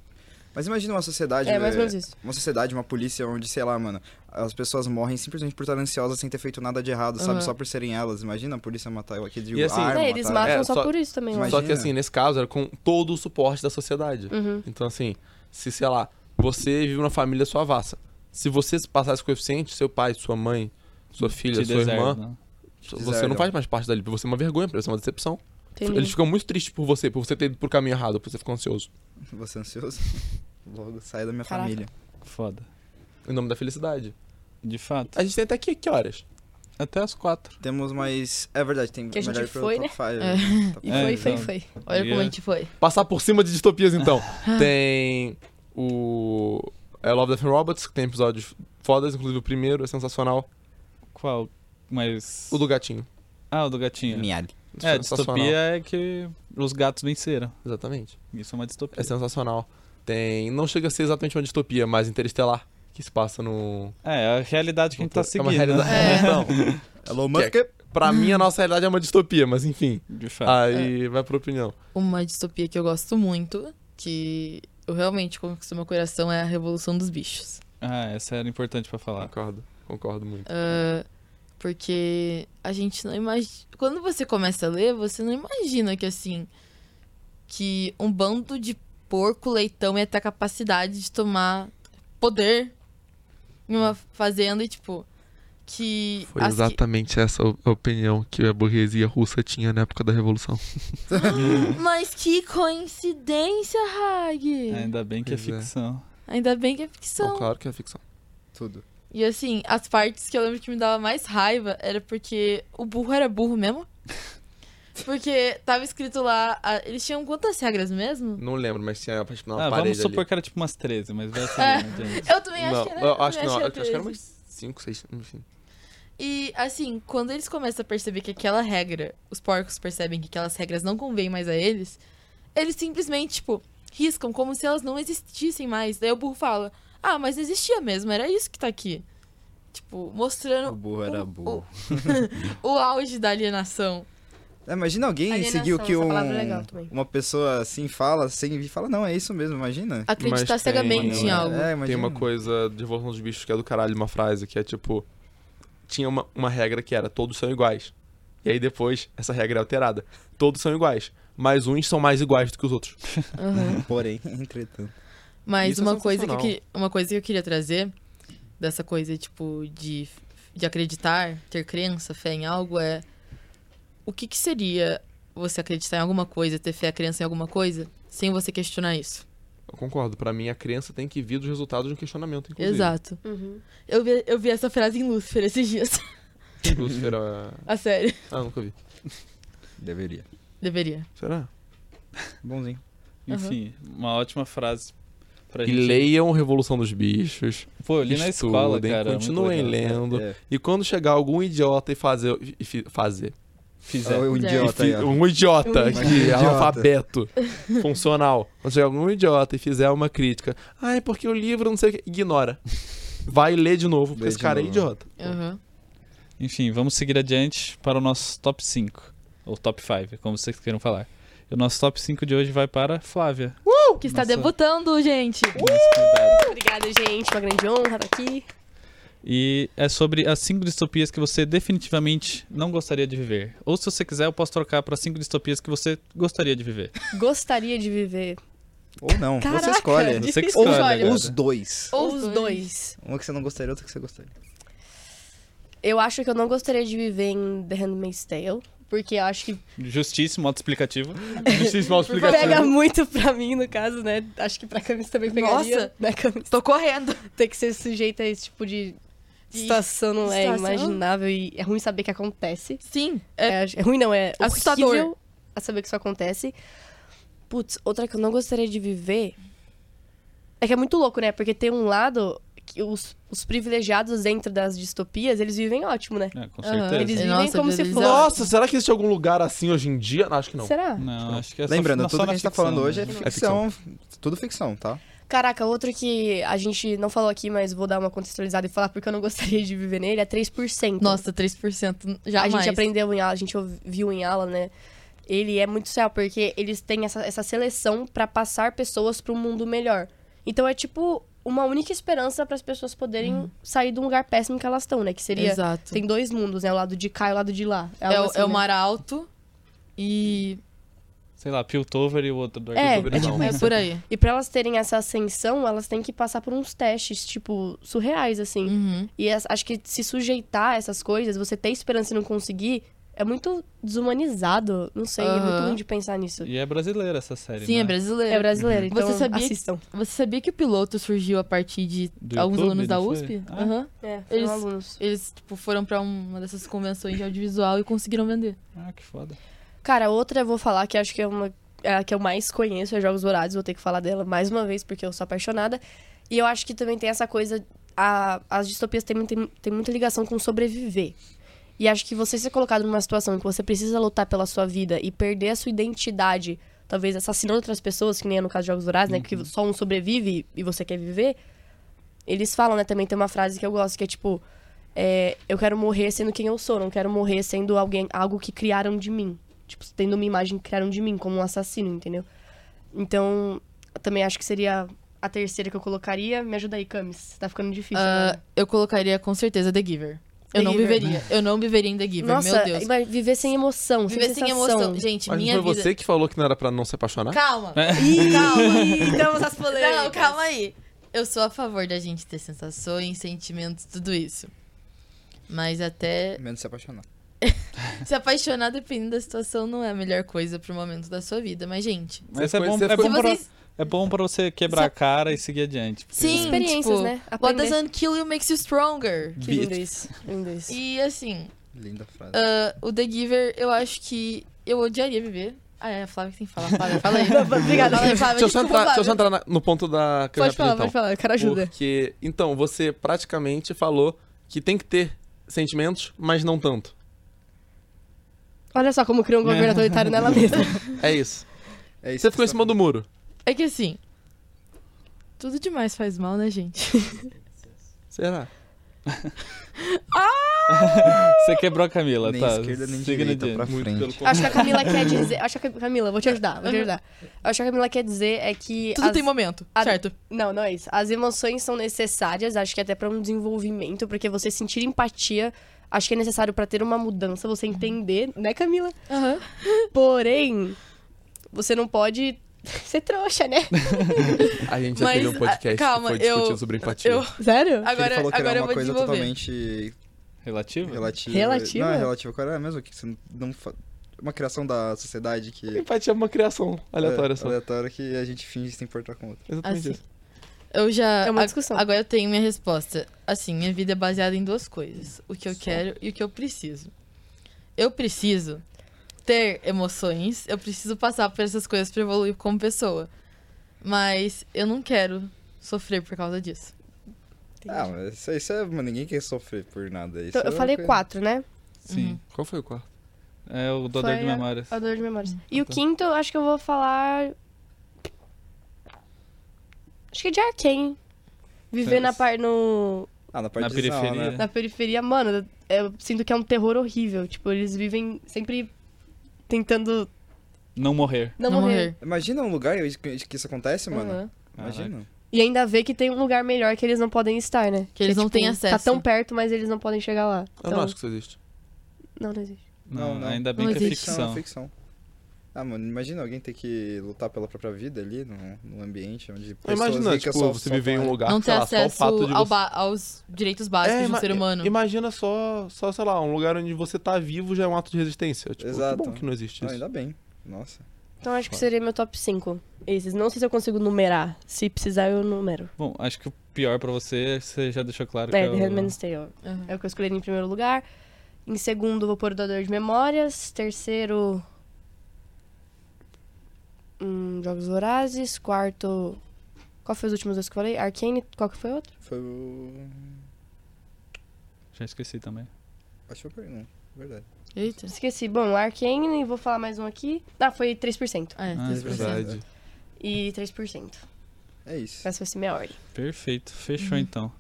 E: Mas imagina uma sociedade...
C: É, mais ou
E: eh,
C: menos isso.
E: uma sociedade, uma polícia onde, sei lá, mano, as pessoas morrem simplesmente por estarem ansiosas sem ter feito nada de errado,
B: Aham.
E: sabe? Só por serem elas. Imagina a polícia matar eu aqui de
D: E assim-
E: arma,
C: É, eles
E: matar-
C: matam
D: É,
C: só,
D: só-
C: por isso também, eu
E: Mas-
C: acho.
D: Só que
E: Imagina.
D: assim, nesse caso, era com todo o suporte da sociedade.
C: Uhum.
D: Então, assim, se, sei lá, você vive numa família sua vassa. Se você se passar esse coeficiente, seu pai, sua mãe, sua filha,
A: Te
D: sua irmã,
A: deserda.
D: você não
E: Deserdam.
D: faz mais parte dali. Pra você é uma vergonha, pra você é uma decepção.
C: Entendi.
D: Eles ficam muito tristes por você, por você ter ido pro caminho errado, por você ficar ansioso.
E: Você ansioso? *laughs* Logo, sai da minha
C: Caraca.
E: família.
A: Foda.
D: Em nome da felicidade.
A: De fato.
D: A gente tem até aqui, que horas?
A: Até as quatro.
E: Temos mais... É verdade, tem
C: Que a gente
E: melhor pro
C: foi,
E: top
C: né?
E: five.
C: *laughs*
E: Top
C: E
A: É,
C: foi,
A: então.
C: foi, foi.
B: Olha como
A: Yeah.
B: a gente foi.
D: Passar por cima de distopias, então.
A: *laughs*
D: tem o... É Love, Death and Robots, que tem episódios fodas, inclusive o primeiro, é sensacional.
A: Qual? Mas.
D: O do gatinho.
A: Ah, o do gatinho.
E: Miado.
A: É, a
D: sensacional.
A: distopia é que os gatos venceram.
D: Exatamente.
A: Isso é uma distopia.
D: É sensacional. Tem. Não chega a ser exatamente uma distopia, mas interestelar. Que se passa no.
A: É, é a realidade que a gente tá seguindo.
D: É uma realidade.
A: né?
D: Então,
E: Hello, Musk.
D: pra mim, a nossa realidade é uma distopia, mas enfim.
A: De fato.
D: Aí vai pra opinião.
B: Uma distopia que eu gosto muito, que eu realmente conquistou meu coração, é a Revolução dos Bichos.
A: Ah, essa era importante pra falar.
D: Concordo. Concordo muito.
B: Ah, porque a gente não imagina. Quando você começa a ler, você não imagina que assim. Que um bando de porco leitão ia ter a capacidade de tomar poder em uma fazenda e, tipo. Que. as que-
D: exatamente essa opinião que a burguesia russa tinha na época da Revolução.
B: Mas que coincidência, Hag!
A: Ainda bem que é
D: Pois é.
A: ficção.
B: Ainda bem que é
D: Então,
B: ficção.
D: claro que é ficção.
E: Tudo.
B: E assim, as partes que eu lembro que me dava mais raiva era porque o burro era burro
D: *laughs*
B: mesmo. Porque tava escrito lá. a- Eles tinham quantas regras mesmo?
D: Não lembro, mas tinha tipo, uma
A: ah,
D: parede.
A: vamos supor
D: ali.
A: que era tipo umas 13, mas vai
E: É.
A: saber, né, gente?
B: Eu também acho
D: Não,
B: que é era.
D: eu
B: também
D: acho que não. Acho que era
B: 13.
D: umas 5, 6, enfim.
B: E assim, quando eles começam a perceber que aquela regra, os porcos percebem que aquelas regras não convêm mais a eles, eles simplesmente, tipo, riscam como se elas não existissem mais. Daí o burro fala: Ah, mas existia mesmo, era isso que tá aqui. Tipo,
E: O
B: mostrando
E: burro era burro.
D: Hum.
B: o auge da alienação.
E: É, imagina alguém
C: Alienação,
E: seguir o que
C: essa
E: um,
D: Hum.
C: palavra é legal também.
E: uma pessoa assim fala, sem vir fala, não, é isso mesmo, imagina.
B: Acreditar
D: Mas tem-
B: cegamente em
D: Tinha
B: algo.
E: É, imagina.
D: Tem uma coisa de Evolução dos Bichos que é do caralho, uma frase que é tipo. Tinha uma, uma regra que era todos são iguais. E aí depois essa regra é alterada. Todos são iguais, mas uns são mais iguais do que os outros.
C: É.
B: Aham.
C: Uhum.
E: Porém, *laughs* entretanto.
B: Mas
D: Isso é
B: uma coisa, que eu
D: sensacional.
B: queria, uma coisa que eu queria trazer, dessa coisa, tipo, de f- de acreditar, ter crença, fé em algo é o que, que seria você acreditar em alguma coisa, ter fé, crença em alguma coisa, sem você questionar isso.
D: Eu concordo. Pra mim, a crença tem que vir dos resultados de um questionamento, inclusive.
B: Exato.
C: Uhum.
B: Eu vi, eu vi essa frase em Lúcifer esses dias. *laughs*
D: Lúcifer era...
B: A sério.
D: Ah, nunca vi.
E: Deveria.
B: Deveria.
D: Será?
E: Bonzinho.
A: Enfim, uma ótima frase pra
D: E
A: gente.
D: leiam Revolução dos Bichos.
A: Pô, eu li na escola,
D: Estudem,
A: cara. é muito
D: Continuem
A: legal.
D: lendo.
E: É.
D: E quando chegar algum idiota e fazer. e fi- fazer.
A: Fizer.
E: É o idiota aí,
D: E fi-
E: ó.
D: um idiota,
B: Um
D: aqui,
E: idiota. *laughs*
D: analfabeto, funcional. Quando chegar algum idiota e fizer uma crítica. Ai, porque o livro não sei o que. Ignora. Vai ler de novo, porque
E: Lê
D: esse
E: de
D: cara é
E: novo.
D: idiota.
B: Aham.
A: Enfim, vamos seguir adiante para o nosso top 5. Ou top 5, como vocês queiram falar. E o nosso top 5 de hoje vai para Flávia.
B: Que está
A: Nossa.
B: debutando, gente.
A: Nossa, cuidado.
C: Obrigada, gente. Uma grande honra estar aqui.
A: E é sobre as 5 distopias que você definitivamente não gostaria de viver. Ou se você quiser, eu posso trocar para 5 distopias que você gostaria de viver.
C: Gostaria de viver.
E: Ou não,
B: Caraca.
E: você escolhe.
A: Você que
B: É Difícil,
A: escolhe.
B: olha.
A: cara.
E: Os dois.
B: Ou
C: Os dois.
E: Uma que você não gostaria, outra que você gostaria.
C: Eu acho que eu não gostaria de viver em The Handmaid's Tale. Porque eu acho que
A: Justíssimo,
B: *laughs*
A: auto-explicativo.
D: Justíssimo auto-explicativo.
C: pega muito pra mim, no caso, né? Acho que pra Camis também pegaria.
B: Nossa.
C: Né, Camis?
B: Tô correndo.
C: Ter que ser sujeita a esse tipo de
B: De
C: situação não é
B: situação.
C: imaginável e é ruim saber que acontece.
B: Sim. É,
C: É, é ruim não, é
B: Assustador.
C: horrível a saber que isso acontece. Putz, outra que eu não gostaria de viver é que é muito louco, né? Porque tem um lado que os, os privilegiados dentro das distopias, eles vivem ótimo, né?
A: É, com
B: Aham.
A: certeza.
C: Eles vivem
B: Nossa,
C: como se
B: eles-
C: fosse...
D: Nossa, será que existe algum lugar assim hoje em dia? Acho que não.
C: Será?
A: Não, acho que é só-
E: Lembrando,
A: só
E: tudo que
A: na
E: a gente tá
A: ficção,
E: falando
A: né?
E: hoje é ficção. Tudo ficção, tá?
C: Caraca, outro que a gente não falou aqui, mas vou dar uma contextualizada e falar porque eu não gostaria de viver nele, é 3%.
B: Nossa, 3% já
C: a gente aprendeu em aula, a gente ouviu em aula, né? Ele é muito céu, porque eles têm essa, essa seleção pra passar pessoas pra um mundo melhor. Então é tipo uma única esperança para as pessoas poderem sair de um lugar péssimo que elas estão, né? Que seria.
B: Uhum. Exato.
C: Tem dois mundos, né? O lado de cá e o lado de lá.
B: É,
C: algo
B: o-
C: assim,
B: é o
C: né?
B: mar alto e...
A: Sei lá, Piltover e o outro do
C: É,
D: Sobre
C: é, tipo,
D: não.
B: É por aí.
C: E pra elas terem essa ascensão, elas têm que passar por uns testes, tipo, surreais, assim.
B: Uhum.
C: E as- acho que se sujeitar a essas coisas, você ter esperança e não conseguir, é muito desumanizado. Não sei, é muito
B: Aham.
C: ruim de pensar nisso.
A: E é brasileira essa série.
B: Sim,
A: né?
B: é brasileiro.
C: É brasileiro, então
B: Você sabia que-
C: assistam.
B: Você sabia que o piloto surgiu a partir de
A: Do
B: alguns
A: YouTube,
B: alunos da
A: não foi?
B: USP?
A: Ah.
B: Aham.
C: É,
B: foram
C: alunos.
B: Eles tipo, foram pra uma dessas convenções de audiovisual e conseguiram vender.
A: Ah, que foda.
C: Cara, outra eu vou falar que acho que é uma é a que eu mais conheço, é Jogos Vorazes, vou ter que falar dela mais uma vez porque eu sou apaixonada. E eu acho que também tem essa coisa a- as distopias têm, têm, têm muita ligação com sobreviver. E acho que você ser colocado numa situação em que você precisa lutar pela sua vida e perder a sua identidade, talvez assassinando outras pessoas, que nem é no caso de Jogos Vorazes, né,
B: Uhum.
C: que só um sobrevive e você quer viver. Eles falam, né, também tem uma frase que eu gosto que é tipo é, eu quero morrer sendo quem eu sou, não quero morrer sendo alguém, algo que criaram de mim. Tipo, tendo uma imagem que criaram de mim como um assassino, entendeu? Então, eu também acho que seria a terceira que eu colocaria. Me ajuda aí, Camis. Tá ficando difícil.
B: Ah,
C: agora.
B: eu colocaria com certeza The Giver.
C: The
B: eu não
C: Giver.
B: viveria. Eu não viveria em The Giver,
C: Nossa,
B: meu Deus.
C: vai viver sem emoção,
B: Viver sem emoção. Gente,
D: Mas
B: minha
D: não foi
B: vida.
D: você que falou que É. não era pra não se apaixonar?
B: Calma!
C: *laughs* Ih,
B: calma!
C: Ih, Estamos as polêmicas.
B: Não, calma aí. Eu sou a favor da gente ter sensações, sentimentos, tudo isso. Mas até
E: Menos se apaixonar.
B: se apaixonar dependendo da situação não é a melhor coisa pro momento da sua vida. Mas, gente,
A: Mas
D: Você
A: é
D: foi-
A: bom,
D: você
A: é,
D: foi-
A: bom
B: se
A: pra,
B: vocês...
A: é bom pra você quebrar a cara e seguir
B: *laughs*
A: adiante. porque-
B: Sim,
C: Experiências,
B: tipo,
C: né?
B: What
C: Aprender.
B: doesn't kill you makes you stronger.
C: Que lindo isso. Lindo isso.
B: E assim,
E: Linda frase.
B: ah, o The Giver, eu acho que eu odiaria viver. Ah, é a Flávia que tem que falar. Flávia, fala aí.
C: Obrigada.
B: Fala aí, Flávia.
D: Deixa eu só
B: Desculpa,
D: entrar, deixa eu só
B: Flávia.
D: entrar na- no ponto da Cami
C: Pode
D: rapidinho,
C: falar,
D: então.
C: pode falar. Eu quero ajuda.
D: Porque, então, você praticamente falou que tem que ter sentimentos, mas não tanto.
C: Olha só como criou um governo autoritário nela *laughs* mesma.
D: É isso.
E: É isso
D: Você
E: que
D: ficou em
E: tá
D: cima do muro.
B: É que assim, tudo demais faz mal, né, gente?
D: Será?
A: Você quebrou a Camila,
E: Nem
A: tá?
E: esquerda, nem
A: Siga
E: direita,
A: adiante.
E: pra
A: Muito
E: frente.
A: pelo
C: Acho que a Camila quer dizer. Acho que a Camila, vou te ajudar, vou te ajudar. Acho que a Camila quer dizer é que.
B: Tudo
C: as-
B: tem momento,
C: a-
B: certo?
C: Não, não é isso. As emoções são necessárias, acho que até pra um desenvolvimento, porque você sentir empatia, acho que é necessário pra ter uma mudança, você entender, né, Camila?
B: Aham.
C: Porém, você não pode *laughs* ser trouxa, né?
D: A gente já
B: Mas,
D: teve um
B: ah,
D: podcast
B: calma,
D: que foi discutir
B: eu-
D: sobre empatia.
B: Eu,
C: Sério?
E: Que
B: agora
E: ele falou que
B: agora
E: era
B: eu
E: uma
B: vou
E: coisa
B: desenvolver.
E: totalmente
A: Relativo?
E: Relativa.
C: Relativa?
E: Não, é relativa. Qual era mesmo? Que você não fa- Uma criação da sociedade que.
D: Empatia é uma criação *laughs* aleatória
E: é,
D: só.
E: aleatória que a gente finge se importar com outra.
D: Exatamente
B: Assim,
D: isso.
B: eu já.
C: É uma
B: a-
C: discussão.
B: Agora eu tenho minha resposta. Assim, minha vida é baseada em duas coisas: o que eu quero e o que eu preciso. Eu preciso ter emoções, eu preciso passar por essas coisas pra evoluir como pessoa. Mas eu não quero sofrer por causa disso.
E: Ah, mas isso, isso é. Mas ninguém quer sofrer por nada. Isso
C: Então, eu
E: é
C: falei
E: coisa-
C: quatro, né?
A: Sim.
D: Qual foi o quarto?
A: É o doador de
C: Foi a-
A: memórias.
C: A dor de memórias. E o
D: Tá.
C: quinto, eu acho que eu vou falar. Acho que é de Arkane. Viver na,
A: Certo.
C: par- no,
E: Ah, na parte
A: Na
E: de sal,
A: periferia.
D: É.
E: né?
C: na periferia, mano, eu sinto que é um terror horrível. Tipo, eles vivem sempre tentando
A: Não morrer.
C: não, morrer.
E: Imagina um lugar que que isso acontece, mano.
C: Aham.
E: Imagina.
C: E ainda vê que tem um lugar melhor que eles não podem estar, né?
B: Que eles não têm
C: Tá
B: acesso.
C: tão perto, mas eles não podem chegar lá.
D: Eu
C: Então,
D: não acho que isso existe.
C: não, não existe.
A: Não,
E: Não, não.
A: ainda bem
B: Não
A: que é
B: existe.
E: é
A: ficção.
E: ficção. Ah, mano, imagina alguém ter que lutar pela própria vida ali, num, num ambiente onde pessoas
D: Imagina,
E: ricas
D: tipo,
E: só-
D: você
E: só
D: viver em um
E: falam-
D: lugar,
B: não
D: sei
B: ter
D: lá, só o
B: acesso
D: fato de
B: ao
D: você...
B: ba- aos direitos básicos
D: É,
B: de um
D: ima-
B: ser humano.
D: Imagina só, só, sei lá, um lugar onde você tá vivo já é um ato de resistência. Tipo,
E: Exato.
D: que bom que não existe
E: Ah,
D: isso.
E: ainda bem. Nossa.
C: Então acho que seria meu top 5. Esses. Não sei se eu consigo numerar. Se precisar, eu numero.
A: Bom, acho que o pior pra você, você já deixou claro que
C: É,
A: é
C: The Handmaid's
A: o...
C: Tale.
B: Aham.
C: É o que eu escolhi em primeiro lugar. Em segundo, vou pôr o doador de memórias. Terceiro, hum, Jogos Vorazes. Quarto, qual foi os últimos dois que eu falei? Arcane, qual que foi o outro?
E: Foi o.
A: Já esqueci também.
E: Acho que eu pergunto. Verdade.
B: Eita.
C: Esqueci. Bom, Arcane, vou falar mais um aqui. Ah, foi 3%.
B: Ah, é,
A: Ah, é
B: 3%.
D: Verdade.
C: E 3%.
E: É isso.
C: Essa vai ser minha ordem.
A: Perfeito, fechou
C: Uhum.
A: então.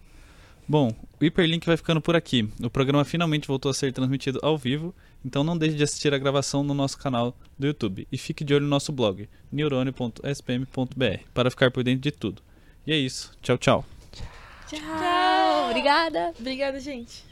A: Bom, o Hiperlink vai ficando por aqui. O programa finalmente voltou a ser transmitido ao vivo, então não deixe de assistir a gravação no nosso canal do YouTube. E fique de olho no nosso blog, neurone.spm.br, para ficar por dentro de tudo. E é isso, tchau, tchau.
B: Tchau.
C: Obrigada!
B: Obrigada, gente.